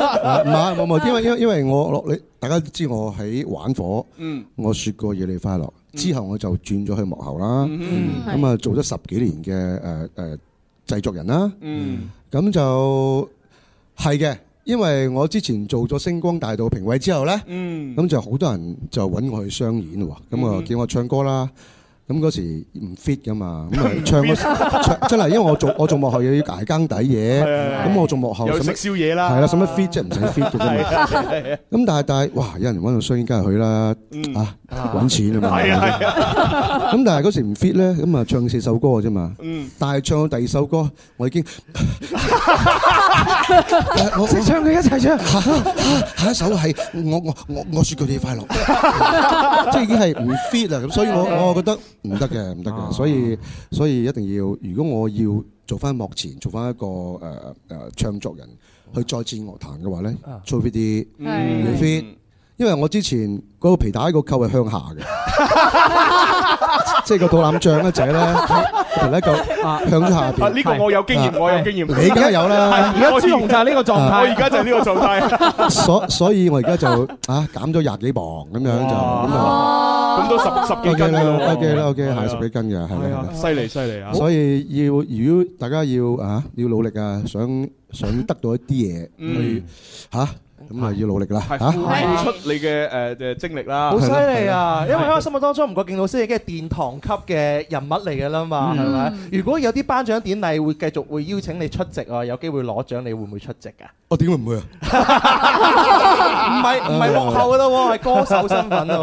<laughs>
啊唔係冇冇，因為因為因為我落你，大家都知我喺玩火。
嗯
我説過要你快樂，之後我就轉咗去幕後啦。
嗯
咁啊，做咗十幾年嘅誒誒製作人啦。
嗯
咁就係嘅，因為我之前做咗星光大道評委之後呢，
嗯
咁就好多人就揾我去商演喎，咁啊叫我唱歌啦。咁嗰時唔 fit 噶嘛，
<laughs>
咁啊唱嗰唱真係，因為我做我做幕後又要捱更抵嘢，
係
咁我做幕後
又
使乜
食宵夜啦
係啦，使乜 fit 即係唔使 fit 嘅啫嘛。
<laughs> 係
咁但係但係，哇！有人揾我商演梗係去啦，啊揾錢啊嘛。
係啊係啊
咁但係嗰時唔 fit 咧，咁啊唱四首歌嘅啫嘛。 <laughs>
嗯
但係唱到第二首歌，我已經
嗯
識唱佢一齊唱。
下下一首係我我我我説佢哋快樂，即係已經係唔 fit 啦。咁所以我我覺得唔得嘅，唔得嘅。所以所以一定要，如果我要做翻幕前，做翻一個誒誒唱作人去再戰樂壇嘅話咧，做 fit 啲，
嗯
要 fit。因為我之前嗰個皮帶個扣係向下嘅。即係個肚腩脹一仔咧，皮帶扣 <laughs> 向咗下邊。
啊呢個我有經驗
啊
我有經驗
你梗係有啦
係。而家朱紅就係呢個狀態
啊
我而家就係呢個狀態
所所以我而家就啊減咗廿幾磅咁樣就咁啊。 <laughs>
咁都十十幾
OK
斤
啦
啦
，OK 啦，OK
係啊
係十幾斤嘅，係
係啊
啦，
犀利犀利啊
所以要如果大家要啊要努力啊，想想得到一啲嘢
嗯
去嚇，咁啊要努力啦
係
嚇。
付出你嘅誒誒精力啦，
好犀利啊！因為喺我心目當中，吳國敬老師已經係殿堂級嘅人物嚟㗎啦嘛，
嗯
係咪？如果有啲頒獎典禮會繼續會邀請你出席啊，有機會攞獎，你會唔會出席㗎？
我點會唔會啊？
唔係唔係幕後㗎咯喎，係歌手身份咯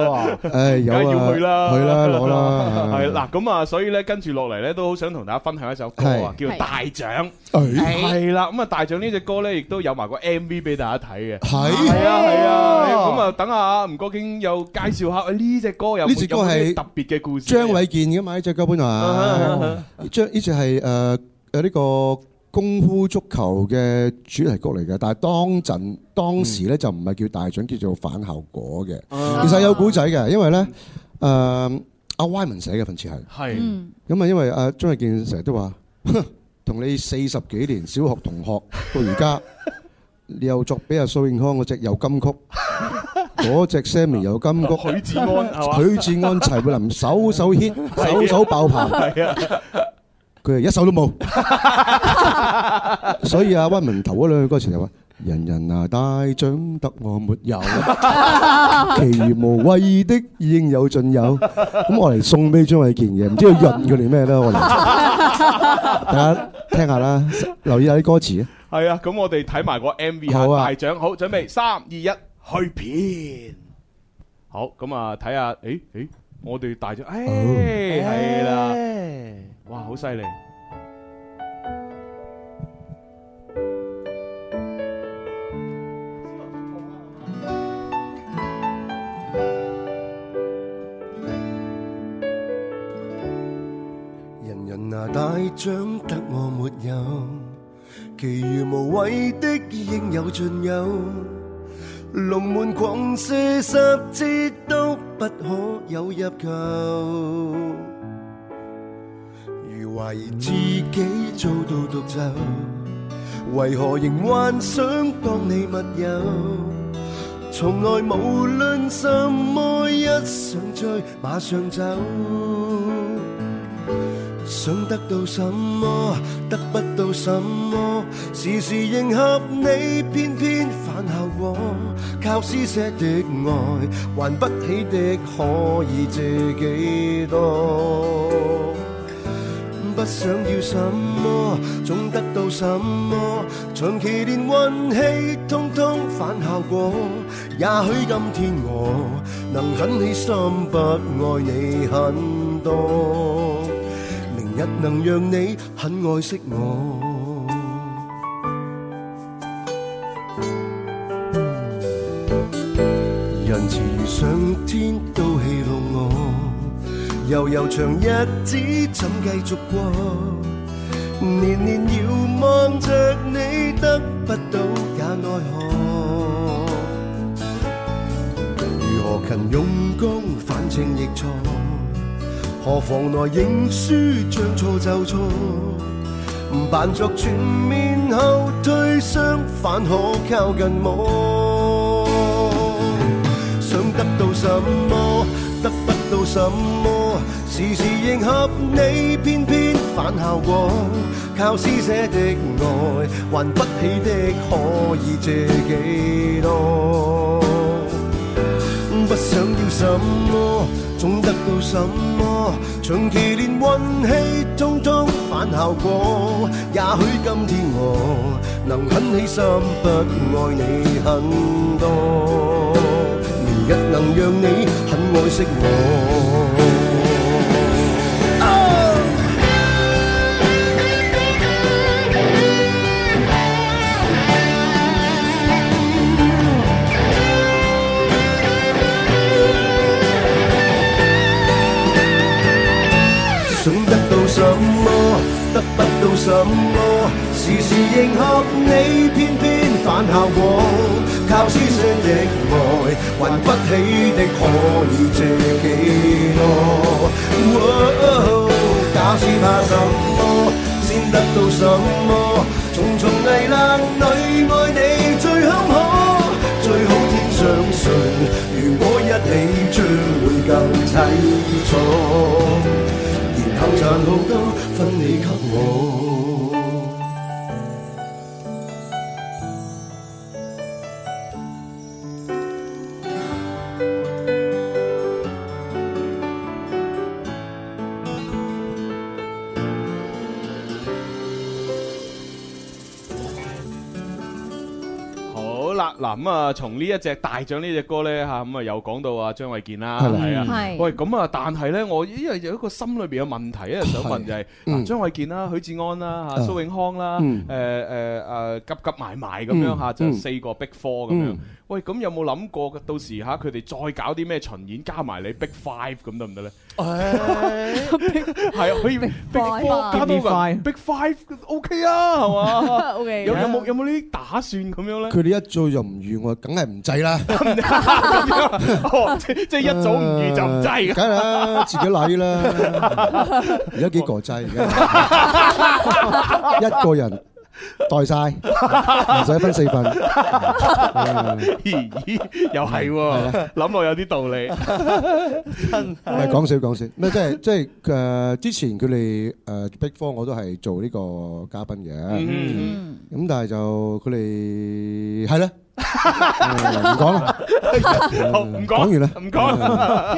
<laughs> <laughs>
喎。
誒有啊，
梗係要去啦
去啦
<laughs>
攞啦，
係嗱，咁啊，所以咧跟住落嚟咧，都好想同大家分享一首歌啊，
係
叫《大獎》。
誒
係啦，咁啊《大獎》呢只歌咧，亦都有埋個 M V 俾大家睇嘅。
係
係啊係啊，咁啊等下吳國敬又介紹下喂呢只歌有冇
呢隻歌
有冇啲
係
特別嘅故事。
張偉健嘅嘛，呢只歌本來
啊哈
張呢只係誒誒呢個功夫足球嘅主題曲嚟嘅，但係當陣當時咧就唔係叫大獎，叫做反效果嘅。
嗯啊
其實有古仔嘅，因為咧誒阿 Y 文寫嘅份詞係
係嗯
咁啊，因為阿張偉健成日都話，哼同你四十幾年小學同學到而家， <laughs> 你又作俾阿蘇永康嗰只有金
<laughs>
曲。嗰隻 Sammy 有金曲，
許志安係嘛
許志安、齊慧琳首首 hit，
啊
首首爆棚，
係啊，
佢係一首都冇。 <laughs> 所以阿温文頭嗰兩句歌詞就話：人人啊大獎得我沒
<laughs>
有，其餘無謂的應有盡有。咁我嚟送俾張衛健嘅，唔知佢潤佢哋咩咧？我嚟，大家聽下啦，留意下啲歌詞啊。
係啊，咁我哋睇埋個 M V
好啊
大獎，好準備三二一去片。好，咁啊睇下，誒誒，我哋大獎，誒係啦，哇好犀利！
人人拿大獎得我沒有，
其余無謂的應有盡有。龍門狂射十次都不可有入球。如懷疑自己遭到毒酒，為何仍幻想當你密友？從來無論什麼，一想追馬上走。想得到什麼，得不到什麼，時時迎合你，偏偏反效我。靠施捨的愛，還不起的可以借幾多？不想要什麼，總得到什麼，長期連運氣通通反效果。也許今天我能狠起心，不愛你很多，明日能讓你很愛惜我。人遲如上天都戲弄我。悠悠長日子怎繼續過？年年遙望着你，得不到也奈何。如何勤用功，反正亦錯。何妨來認輸，將錯就錯。扮作全面後退，相反可靠近我。想得到什麼，得不到什麼，時時迎合你，偏偏反效果。靠施捨的愛，還不起的可以借幾多？不想要什麼，總得到什麼，長期連運氣通通反效果。也許今天我能狠起心，不愛你很多。日能讓你很愛惜我。想得到什麼，得不到什麼，時時迎合你，偏偏反效果。靠施捨的愛，還不起的可以借幾多？哦假使怕什麼，先得到什麼？重重危難裏愛你最坎坷，最好天相信，如果一起將會更凄楚，然後賺好多分你給我。
好啦，嗱咁啊，從呢一隻大獎呢只歌咧嚇，咁啊又講到啊張衛健啦，
係咪
係啊
係，
喂咁啊，但係咧我因為有一個心裏邊嘅問題咧，想問就係嗱
嗯
張衛健啦、許志安啦、嚇
嗯
蘇永康啦、
嗯
誒誒誒急急埋埋咁樣嚇，
嗯
就
嗯
四個 Big Four 咁樣
嗯。
喂，咁有冇諗過到時嚇佢哋再搞啲咩巡演加埋你 Big Five 咁得唔得咧？ <laughs> 係啊可以 Big Four 加多個 Big Five OK 啊， <laughs> 係嘛
OK
有有冇有冇呢啲打算咁樣咧？
佢哋一早就唔預我，梗係唔制啦。
哦即即係一早唔預就唔制㗎
梗係啦，自己禮啦。而家幾個制，而家一個人代晒，唔使分四份。
咦咦，又係
啊
喎，諗落有啲
<laughs>
道理。
唔係講笑講笑，咩即係即係誒之前佢哋誒 Big Four 我都係做呢個嘉賓嘅，
嗯
咁但係就佢哋係啦，誒唔講啦，
好唔講，
講完啦，
唔
Ờ.
講。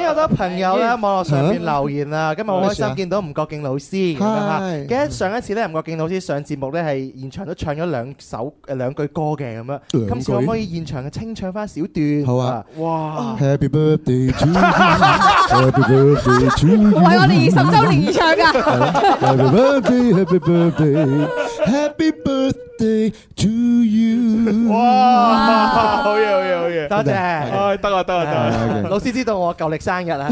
有好多朋友咧喺網絡上面留言啊，今日好開
咩事啊
心見到吳國敬老師咁樣啊
係
記得上一次咧，吳國敬老師上節目咧係現場都唱咗兩首誒兩句歌嘅咁樣，
兩句
今次可唔可以現場嘅清唱翻少段？
好啊，
哇！
Happy birthday to you，Happy birthday to you，
為我哋20周年而唱㗎
係啦，Happy birthday，Happy
<laughs>
birthday，Happy birthday to you。
哇！好嘢，好嘢，好嘢！
多謝
唉，得啊，得啊，得啊！
<laughs>
<laughs> 老師知道我舊歷生日啊！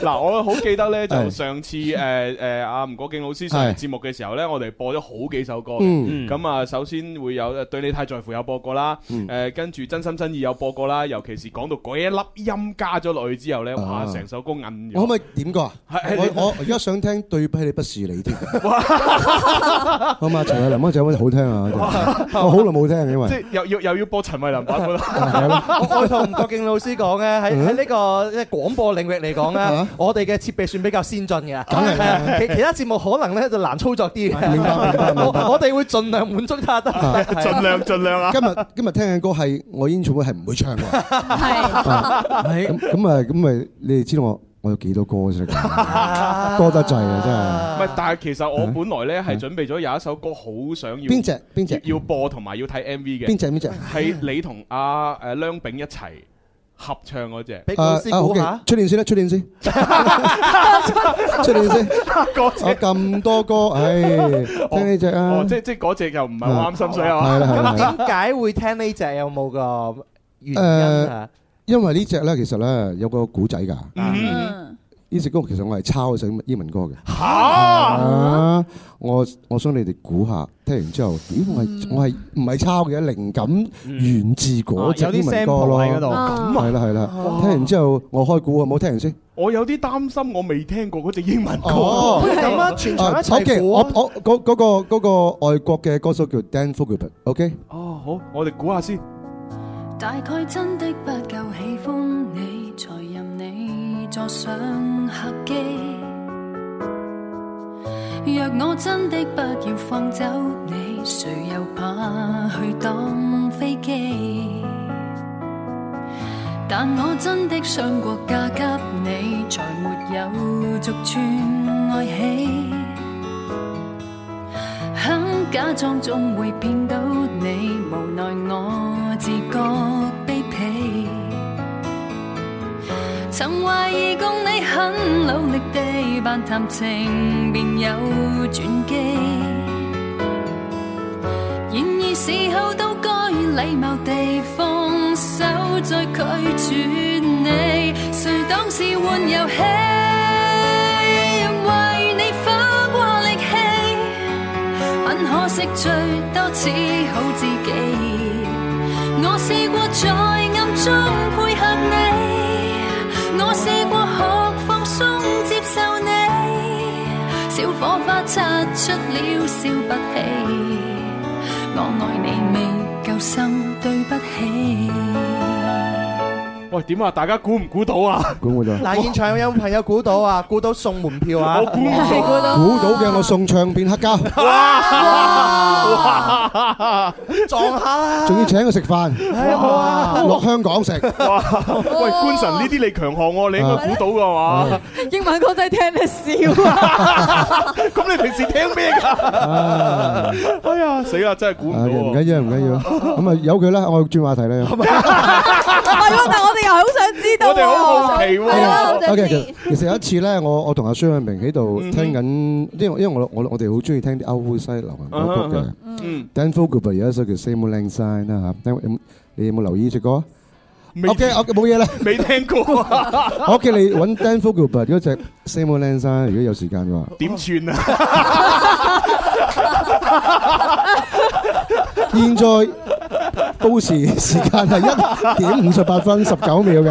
嗱，我好記得咧，就上次誒誒阿吳國敬老師上嚟
係
節目嘅時候咧，我哋播咗好幾首歌
嗯
嘅。咁啊，首先會有對你太在乎有播過啦，
嗯
誒跟住真心真意有播過啦，尤其是講到嗰一粒音加咗落去之後咧，哇！
啊
成首歌韌
我可唔可
咗。
以點歌啊？
係
我
你
我而家想聽對不起你不是你添。 <laughs> 好嘛，陳慧琳嗰隻好聽啊，嗰隻我好耐冇聽，因
即
為
係又要又要播陳慧琳版本
<laughs>
啦。
我 <laughs> 我同郭敬老師講咧，喺
啊嗯
喺呢個即係廣播領域嚟講咧
啊，
我哋嘅設備算比較先進嘅，
梗係啦
<laughs> 係其其他節目可能咧就難操作啲嘅。
明白明白明白
我我哋會盡量滿足他得， <laughs>
啊
盡
量盡量
à.
啊
今日今日聽嘅歌係我演唱會係唔會唱㗎。À. 係咁咁啊咁咪你哋知道我我有幾多歌先得㗎多得滯啊
唔係，但係其實我本來咧係準備咗有一首歌好想要
邊隻邊隻
要播同埋要睇 M V 嘅
邊隻邊隻
係你同阿誒梁炳一齊合唱嗰隻，
真係。啊好嘅，出年先啦，出年先，出年先。
嗰隻
我咁多歌，唉，聽呢只啊
哦，。 <laughs> 即即嗰隻又唔係我啱心水啊嘛，
係啦係啦係啦
咁點解會聽呢隻？有冇個原因
誒
啊？，
因為呢只咧，其實咧有個古仔㗎。
嗯
呢隻歌其實我係抄嘅首英文歌嘅。啊
嚇！
我我想你哋估下，聽完之後，咦？我係我係唔係抄嘅？靈感源自嗰
啊有
隻
啲
英文歌咯。
sample 喺嗰度咁
係啦係啦。聽完之後，我開估好冇？聽完先。
我有啲擔心我未聽過嗰隻英文歌，
哦，
咁啊全場一齊
O K，
估
我
啊
我嗰嗰個嗰個外國嘅歌手叫 Dan f o g e l b e r o k
哦，好，我哋估下先。
大概真的不夠喜歡你，才任你坐上客機。若我真的不要放走你，誰又怕去當飛機？但我真的想過嫁給你，才沒有逐寸愛起。肯假裝總會騙到你，無奈我自覺卑鄙。曾懷疑共你很努力地扮談情，便有轉機。然而事後都該禮貌地放手，再拒絕你。誰當是玩遊戲？為你花過力氣。很可惜，最多只好自己。我試過在暗中配合你，我試過學放鬆接受你，小火花擦出了燒不起。我愛你未夠深，對不起。
喂，點啊？大家估唔估到啊？
估唔到
嗱，現場有冇朋友估到啊？估到送門票啊？
我估唔到
估到
估到嘅我送唱片黑膠，
哇！撞下啦！
仲要請佢食飯，
哇
落香港食。
哇！喂，官神呢啲你強項喎，你應該估到
<laughs>
㗎嘛？
英文歌真係聽得少啊！
<laughs> 咁你平時聽咩㗎？哎呀，死啦！真係估唔
啊，
到
唔
喎。
緊要，唔緊要，咁啊由佢啦，我轉話題啦。
係喎，但我哋又係好想知道喎。
我哋好好奇喎
係啊好想
O K，
知。
其其實有一次咧，我我同阿孫永明喺度聽緊，因為因為我我我哋好中意聽啲歐西流行歌曲嘅。
嗯
Dan f o g e l b e r 有一首叫《Same Old Lang Syne》啦嚇，有冇你有冇留意呢只歌啊？
未
OK，OK，冇嘢啦。
未聽過啊？
我叫你揾 Dan f o g e l b e r 嗰只《Same Old Lang Syne》，如果有時間嘅話。
點串
<laughs>
啊？
現在到時時間係一點五十八分十九秒嘅。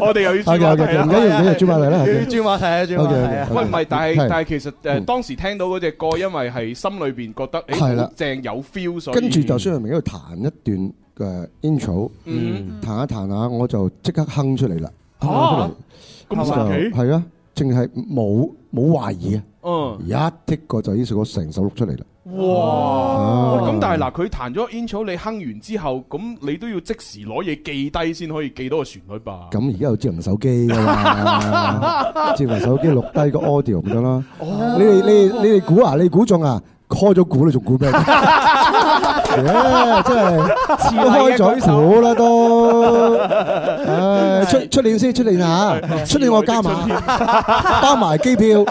我哋又要轉
OK，OK，
話題啦
唔緊要，唔緊要，轉話題啦。OK
轉話題啊，轉話題啊
OK，OK，OK
喂，唔係，但係
係
但係其實誒當時聽到嗰隻歌，因為係心裏邊覺得
係
誒
啦
好正有 feel，所以
跟住就孫明喺度彈一段嘅 intro，
嗯
彈一彈下，我就即刻哼出嚟啦。哼
啊
出嚟
咁神奇
就係啊，淨係冇冇懷疑啊！
嗯
一剔過就呢首歌成首錄出嚟啦。
哇！
啊
喂咁但係嗱，佢彈咗 intro，你哼完之後，咁你都要即時攞嘢記低先可以記到個旋律吧？
咁而家有智能手機㗎
<laughs>
嘛，智能手機錄低個 audio 咪得啦。
哦
你哋你哋你哋估啊？你估中啊？開咗估你仲
<laughs>
估咩？耶！真係
遲
都
嚟
開
嘅舉
咗
手
估啦都，唉，出出年先，出年
<laughs>
啊，出年我加碼，包埋機票，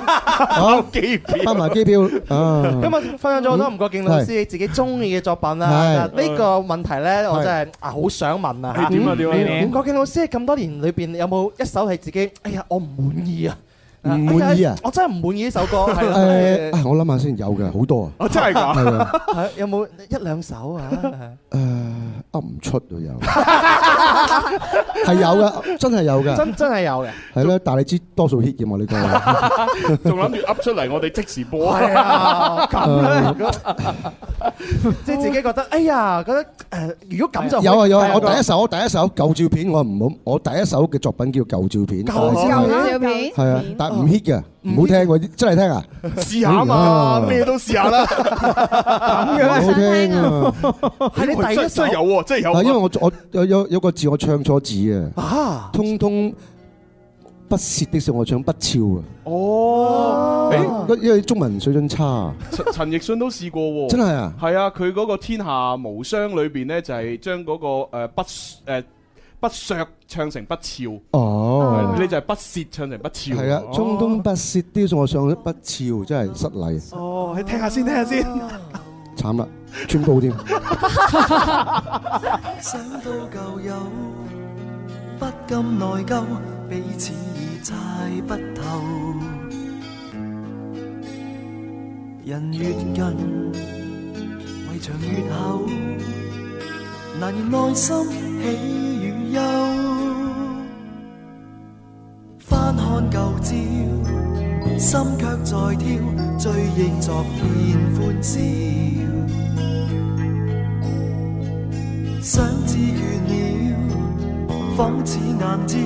好
機票，
包埋機票啊！
今日分享咗好多唔過敬老師自己中意嘅作品啦。
係
呢個問題咧，我真係啊好想問啊！
你點啊點啊
嗯
點啊
吳國敬老師咁多年裏邊有冇一首係自己哎呀我唔滿意啊？
唔滿意啊
哎呀我真係唔滿意呢
<laughs>
首歌係啦
誒，
<laughs>
啊我諗下先，有嘅好多啊，
真
<laughs>
係㗎
係啊，
係有冇一兩首啊？
誒噏唔出啊有，係有嘅，真係有嘅，
真真係有
<laughs>
嘅。
係啦，但係你知多數 hit 嘅嘛呢
<laughs>
個，
仲諗住噏出嚟，我哋即時播。
係
<laughs>
啊，咁咧，即係自己覺得，哎呀，覺得誒，如果咁就
有啊有
係
啊，我第一首我第一首舊照片我唔好，我第一首嘅作品叫舊照片，
舊照片
係啊，但唔 hit 嘅，唔好聽喎，真係聽啊，
試下啊嘛，咩都
<laughs>
試下啦。
咁
嘅
好
咩
聽啊！
係你第一
真
首
真係有喎，真係有
啊，
喎。
因為我我有有有個字我唱錯字啊，
啊，
通通不屑的時候我唱不俏啊，
哦，誒，
因為中文水準差啊，
陳陳奕迅都試過喎。
真係啊！
係啊，佢嗰個《天下無雙》裏邊咧，就係將嗰個呃誒不誒不削唱成不俏，
哦，
你就係不屑唱成不俏。哦
係啊，中東不屑雕上我上不俏，真係失禮，
哦，你聽下先，聽下先。
慘啦，穿煲添。
想到舊友，不禁內疚，彼此已猜不透。人越近，圍牆越厚，難言內心喜與憂。翻看舊照，心卻在跳，追憶昨天歡笑。想知倦了，仿似硬照，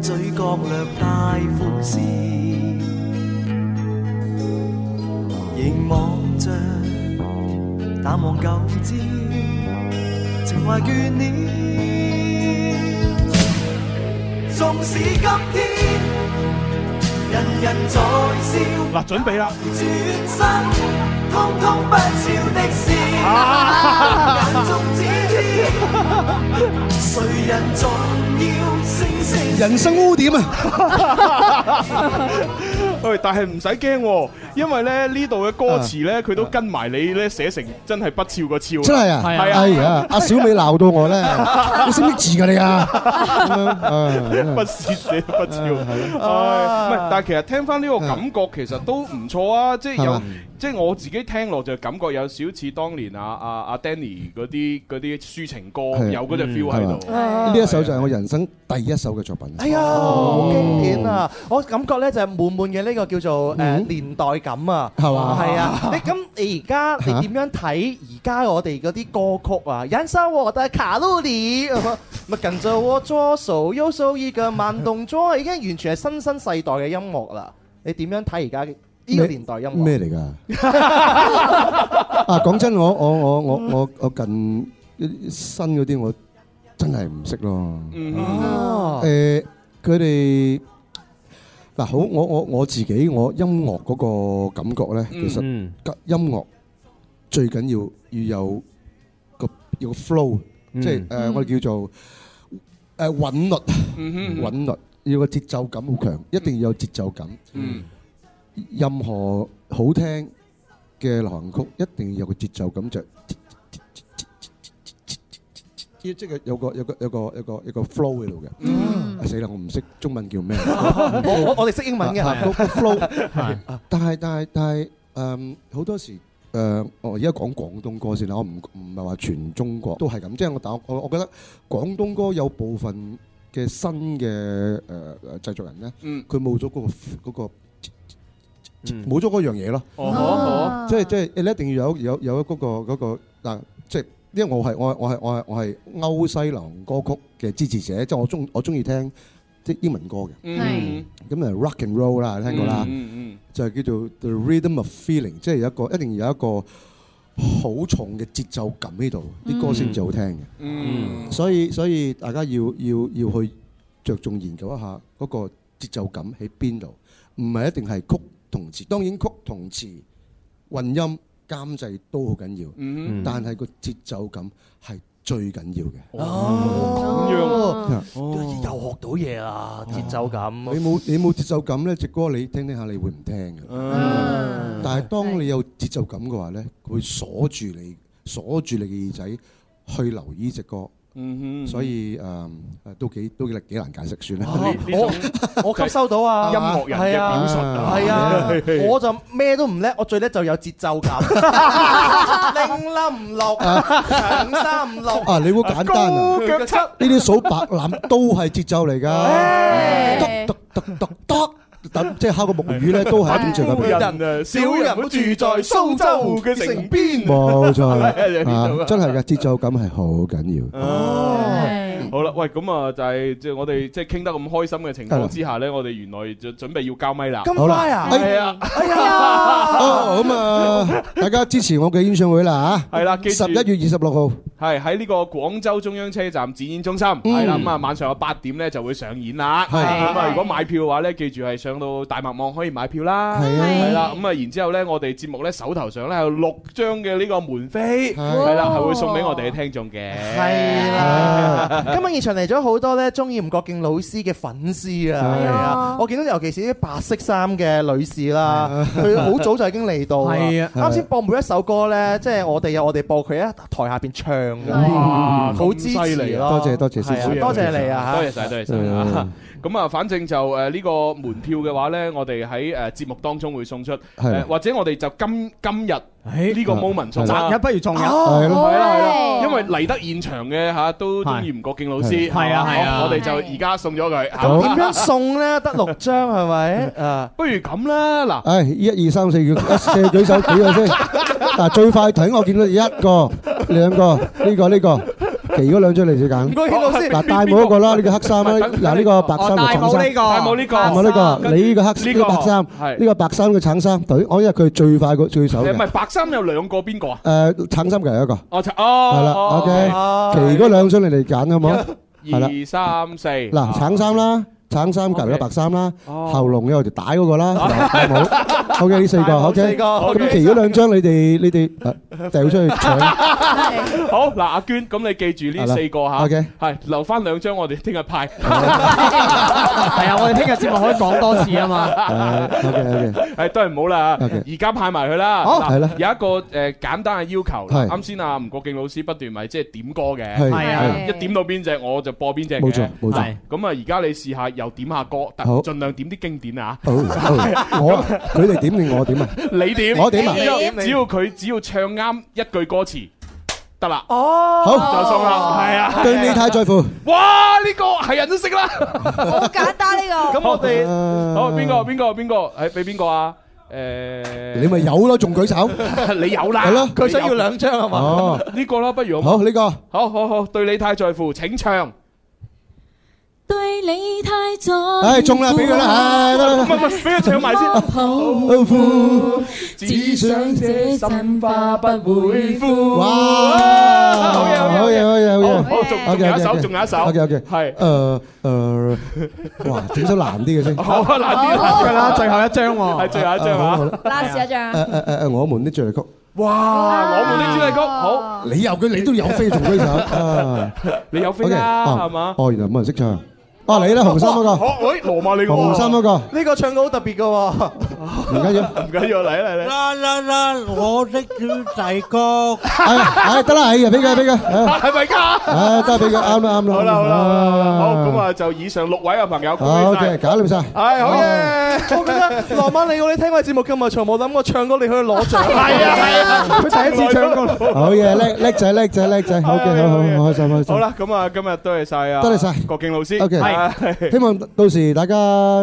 嘴角略帶歡笑，凝望着，淡忘舊照，情懷倦了。縱使今天，人人在笑，
嗱，準備啦。
轉身，通通不笑的事。
啊
眼中只知，誰人重要？星星。
人生污點
啊！喂，但係唔使驚喎，因為咧呢度嘅歌詞咧，佢都跟埋你咧寫成真係不俏個俏。
啊真係啊，
係
哎呀，
<laughs>
阿小美鬧到我咧，你識唔識字㗎你 <laughs> 啊？
不屑寫不俏，係唔係？但係其實聽翻呢個感覺其實都唔錯啊！即係
係
有
嘛，
即係我自己聽落就感覺有少似當年啊啊啊 Danny 嗰啲嗰啲抒情歌
係嗯
有嗰隻 feel 喺度。
呢一首就係我人生第一首嘅作品。
哎呀，
어.
好經典啊！我感覺咧就係滿滿嘅呢個叫做誒
嗯
年代感啊，à.
係嘛
係啊，你咁你而家
嚇
你點樣睇而家我哋嗰啲歌曲啊？人生我的卡路里，咪近就我左手右手依個慢動作，已經完全係新生世代嘅音樂啦。你點樣睇而家呢個年代音樂？
咩嚟㗎？啊，講真，我我我我我我近新嗰啲我真係唔識咯。
Ờ.
哦
誒，佢哋嗱好，我我我自己我音樂嗰個感覺咧，
嗯
其實
嗯
音樂最緊要要有個有個 flow，
嗯
即係誒
嗯
我哋叫做誒韻律，
嗯哼
韻律要個節奏感好強，一定要有節奏感。
嗯
任何好聽嘅流行曲一定要有個節奏感，就即係有個有個有個有個有個 flow 喺度嘅。啊死啦！我唔識中文叫咩？
<laughs> 我我我哋識英文嘅
啊個個 flow
<laughs> 係。
但係但係但係誒好多時誒，我而家講廣東歌先啦，我唔唔係話全中國都係咁，即係我但我我我覺得廣東歌有部分嘅新嘅誒誒製作人咧，
嗯
佢冇咗嗰個嗰個冇咗嗰樣嘢咯。
哦好啊
即係即係你一定要有有有嗰個嗰個嗱，即係因為我係我係我係我係我係歐西流行歌曲嘅支持者，即係我中我中意聽即係英文歌嘅。
嗯
咁啊 rock and roll 啦，聽過啦，
嗯嗯
就係叫做 the rhythm of feeling，即係有一個一定有一個好重嘅節奏感喺度，啲歌先至好聽嘅。
嗯
所以所以大家要要要去着重研究一下嗰個節奏感喺邊度，唔係一定係曲同詞。當然曲同詞混音監製都好緊要，
嗯
但係個節奏感係最緊要嘅。
哦，
Dạ. 咁樣又學
到嘢啦，
Dạ.
節奏感。
你冇你冇節奏感咧，只歌你聽聽下，你會唔聽嘅。但係當你有節奏感嘅話咧，會鎖住你，鎖住你嘅耳仔去留意隻歌。
嗯哼
所以誒誒都幾都幾幾難解釋算
哦
啦。
我我吸收到啊，
音樂人嘅
係啊
表述啊
係啊，我就咩都唔叻，我最叻就有節奏感，零啦唔落，長三唔落，
<laughs> 啊，你好簡單啊！
高腳七
呢啲數白欖都係節奏嚟㗎，得得得得得，即係敲個木魚咧都係一種節奏
人
嚟。
啊，小人都住在蘇州嘅城邊。
冇錯，
<laughs> 係啊呢度
啊哦
啊
真係嘅節奏感係好緊要。
好啦，喂，咁啊，就係即係我哋即係傾得咁開心嘅情況之下咧，我哋原來就準備要交咪啦。
好啦，哎
係啊，
哦，咁啊，大家支持我嘅演唱會啦嚇，
係啦記住
十一月二十六號。
係喺呢個廣州中央車站展演中心，係啦，咁啊晚上有八點咧就會上演啦。
係
咁啊，如果買票嘅話咧，記住係上到大麥網可以買票啦。
係啊
係啦，咁啊，然之後咧，我哋節目咧手頭上咧有六張嘅呢個門飛，
係
係啦，係會送俾我哋嘅聽眾嘅。
係
<laughs>
啦，今日現場嚟咗好多咧，中意吳國敬老師嘅粉絲啊！
係
係
啊
啊，我見到尤其是啲白色衫嘅女士啦，佢
啊
好早就已經嚟到啦。
係啊
啱先播每一首歌咧，即係我哋有我哋播佢喺台下邊唱嘅，
哇
好支
咁犀
持
利啊
咯！
多謝多謝
係啊
先生
多謝你啊！
多謝晒，多謝晒啊！咁啊，反正就誒呢個門票嘅話咧，我哋喺誒節目當中會送出，誒或者我哋就今今日呢個 moment 送啦，
擇日不如撞
哦
日
係
係
咯
咯
係咯，
哦
因為嚟得現場嘅嚇都中意吳國敬老
係
師，
係啊係啊
我哋就而家送咗佢。
好
點樣送咧？得六張係咪？啊，
不如咁啦，嗱。
唉，一二三四，舉四舉手舉咗先。嗱，最快睇我見到一個、兩個，呢個呢個，其餘嗰兩張你自己揀。
唔該軒老師
嗱，戴帽嗰個啦，呢個黑衫啦，嗱呢個白衫嘅橙衫，
戴帽呢個
戴帽呢個，你呢個黑
呢
呢
個
個白衫，
係
呢個白衫嘅橙衫，對，我因為佢最快個最手
誒
嘅
唔。係白衫有兩個邊個啊？
誒，橙衫嘅有一個，
我就
係啦
哦，
Ờ, ，OK，其餘嗰兩張你嚟揀好冇？係啦，
二三四
嗱，橙衫啦。橙衫隔離咗白衫啦，
哦
喉嚨有條帶嗰個啦，戴帽。OK，呢四個
四
，OK。
個，OK
咁其餘嗰兩張你哋你哋誒掉出去搶。
<laughs> 好嗱，阿娟，咁你記住呢四個嚇
OK，
係留翻兩張我哋聽日
<laughs>
派。
係啊，我哋聽日節目可以講多
à
次啊
<laughs>
嘛。
Ờ, 誒，OK，OK。
誒都係唔好啦，
OK
而家派埋佢啦。
好
嗱
係啦
有一個誒簡單嘅要求啦。
係
啱先啊，吳國敬老師不斷咪即係點歌嘅，
係
係啊
係
一點到邊只我就播邊只嘅。
冇錯冇錯
係咁啊，而家你試下又點下歌，但
好
盡量點啲經典啊。 <laughs>
好，好我佢哋點定我點啊？
你點？
我點啊
只要只要佢只要唱啱一句歌詞，得啦。
哦
好
就送啦，係啊。
對你太在乎。
哇！呢個係人都識啦，好
簡單呢
<laughs> 個。咁我哋
誒
好邊個？邊個？邊個？誒俾邊個啊？誒
你咪有咯，仲舉手？
<laughs> 你有啦，
係咯
佢想要兩
張係
嘛哦
呢個啦，不如
好呢個。
好好好，對你太在乎，請唱。
對你太在乎
唉，中啦，俾佢啦，唉，得啦，
唔係唔係，俾佢唱埋先。哦
抱負，
只想這陣花不會枯。
哇，
好嘢
好嘢，好嘢，好嘢，
哦好仲仲有一首仲有一首
OK OK，Ờ,
係，
誒誒，哇，整首難啲嘅先，
好啊，難啲
好
啦，
㗎啦最後一張喎
係最後一張
好
啊
啦。
last 一張。
誒誒誒誒，我們的主題曲，
哇！我們的主題曲，好，
你有佢，你都有飛仲舉手啊
你有飛
Ờ. ，OK，ờ.
啦，
哦
係嘛？
哦，原來冇人識唱，啊，你啦，紅衫嗰
哇
個，
好
喂，羅馬你
個喎紅衫嗰個
呢個唱歌好特別嘅 <laughs> 喎。
唔緊要，
唔緊要，嚟嚟嚟。
啦啦啦，我的小弟哥，
唉，得啦，哎呀，俾佢，俾佢，唉
係咪㗎？
唉，得俾佢，啱啦，啱啦，
好啦好啦好啦，
Ờ,
好咁
啊，
啊就以上六
à,
位嘅朋友，恭喜
好
晒
À. Ờ, ，OK，搞掂 Ờ. 晒，
係好嘢。
我覺得羅馬里奧，你聽我哋節目咁耐，從冇諗過唱歌你可以攞獎。係
啊係啊
佢第一次唱歌。
好嘢，叻叻仔，叻仔，叻仔，OK，好好，好開心，開心
好。啦，咁啊今日多謝晒啊，
多謝晒
郭敬老師。
OK，
係
希望到時大家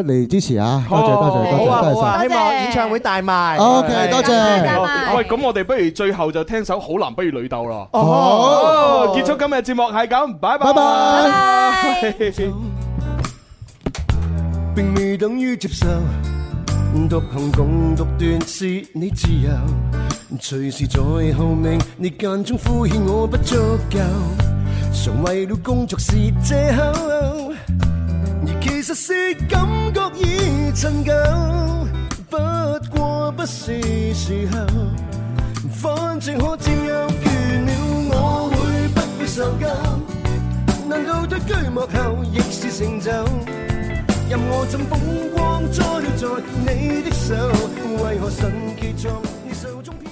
嚟支持啊！多謝多謝多謝
好啊好
多
啊，
謝
希
晒。
望演唱會大賣。
Dạ,
OK，多 Dạ, 謝。
好喂，咁我哋不如最後就聽首《好男不如女鬥》咯。
好
結束今日節目係咁，拜拜。
哦拜拜
並未等於接受。獨行共獨斷是你自由，隨時在後面，你間中敷衍我不足夠，常為了工作是借口，而其實是感覺已陳舊，不過不是時候，反正可佔有權了，我會不會受夠？那能到退居幕後，亦是成就。任我怎風光，栽了在你的手，為何神奇像你手中飄？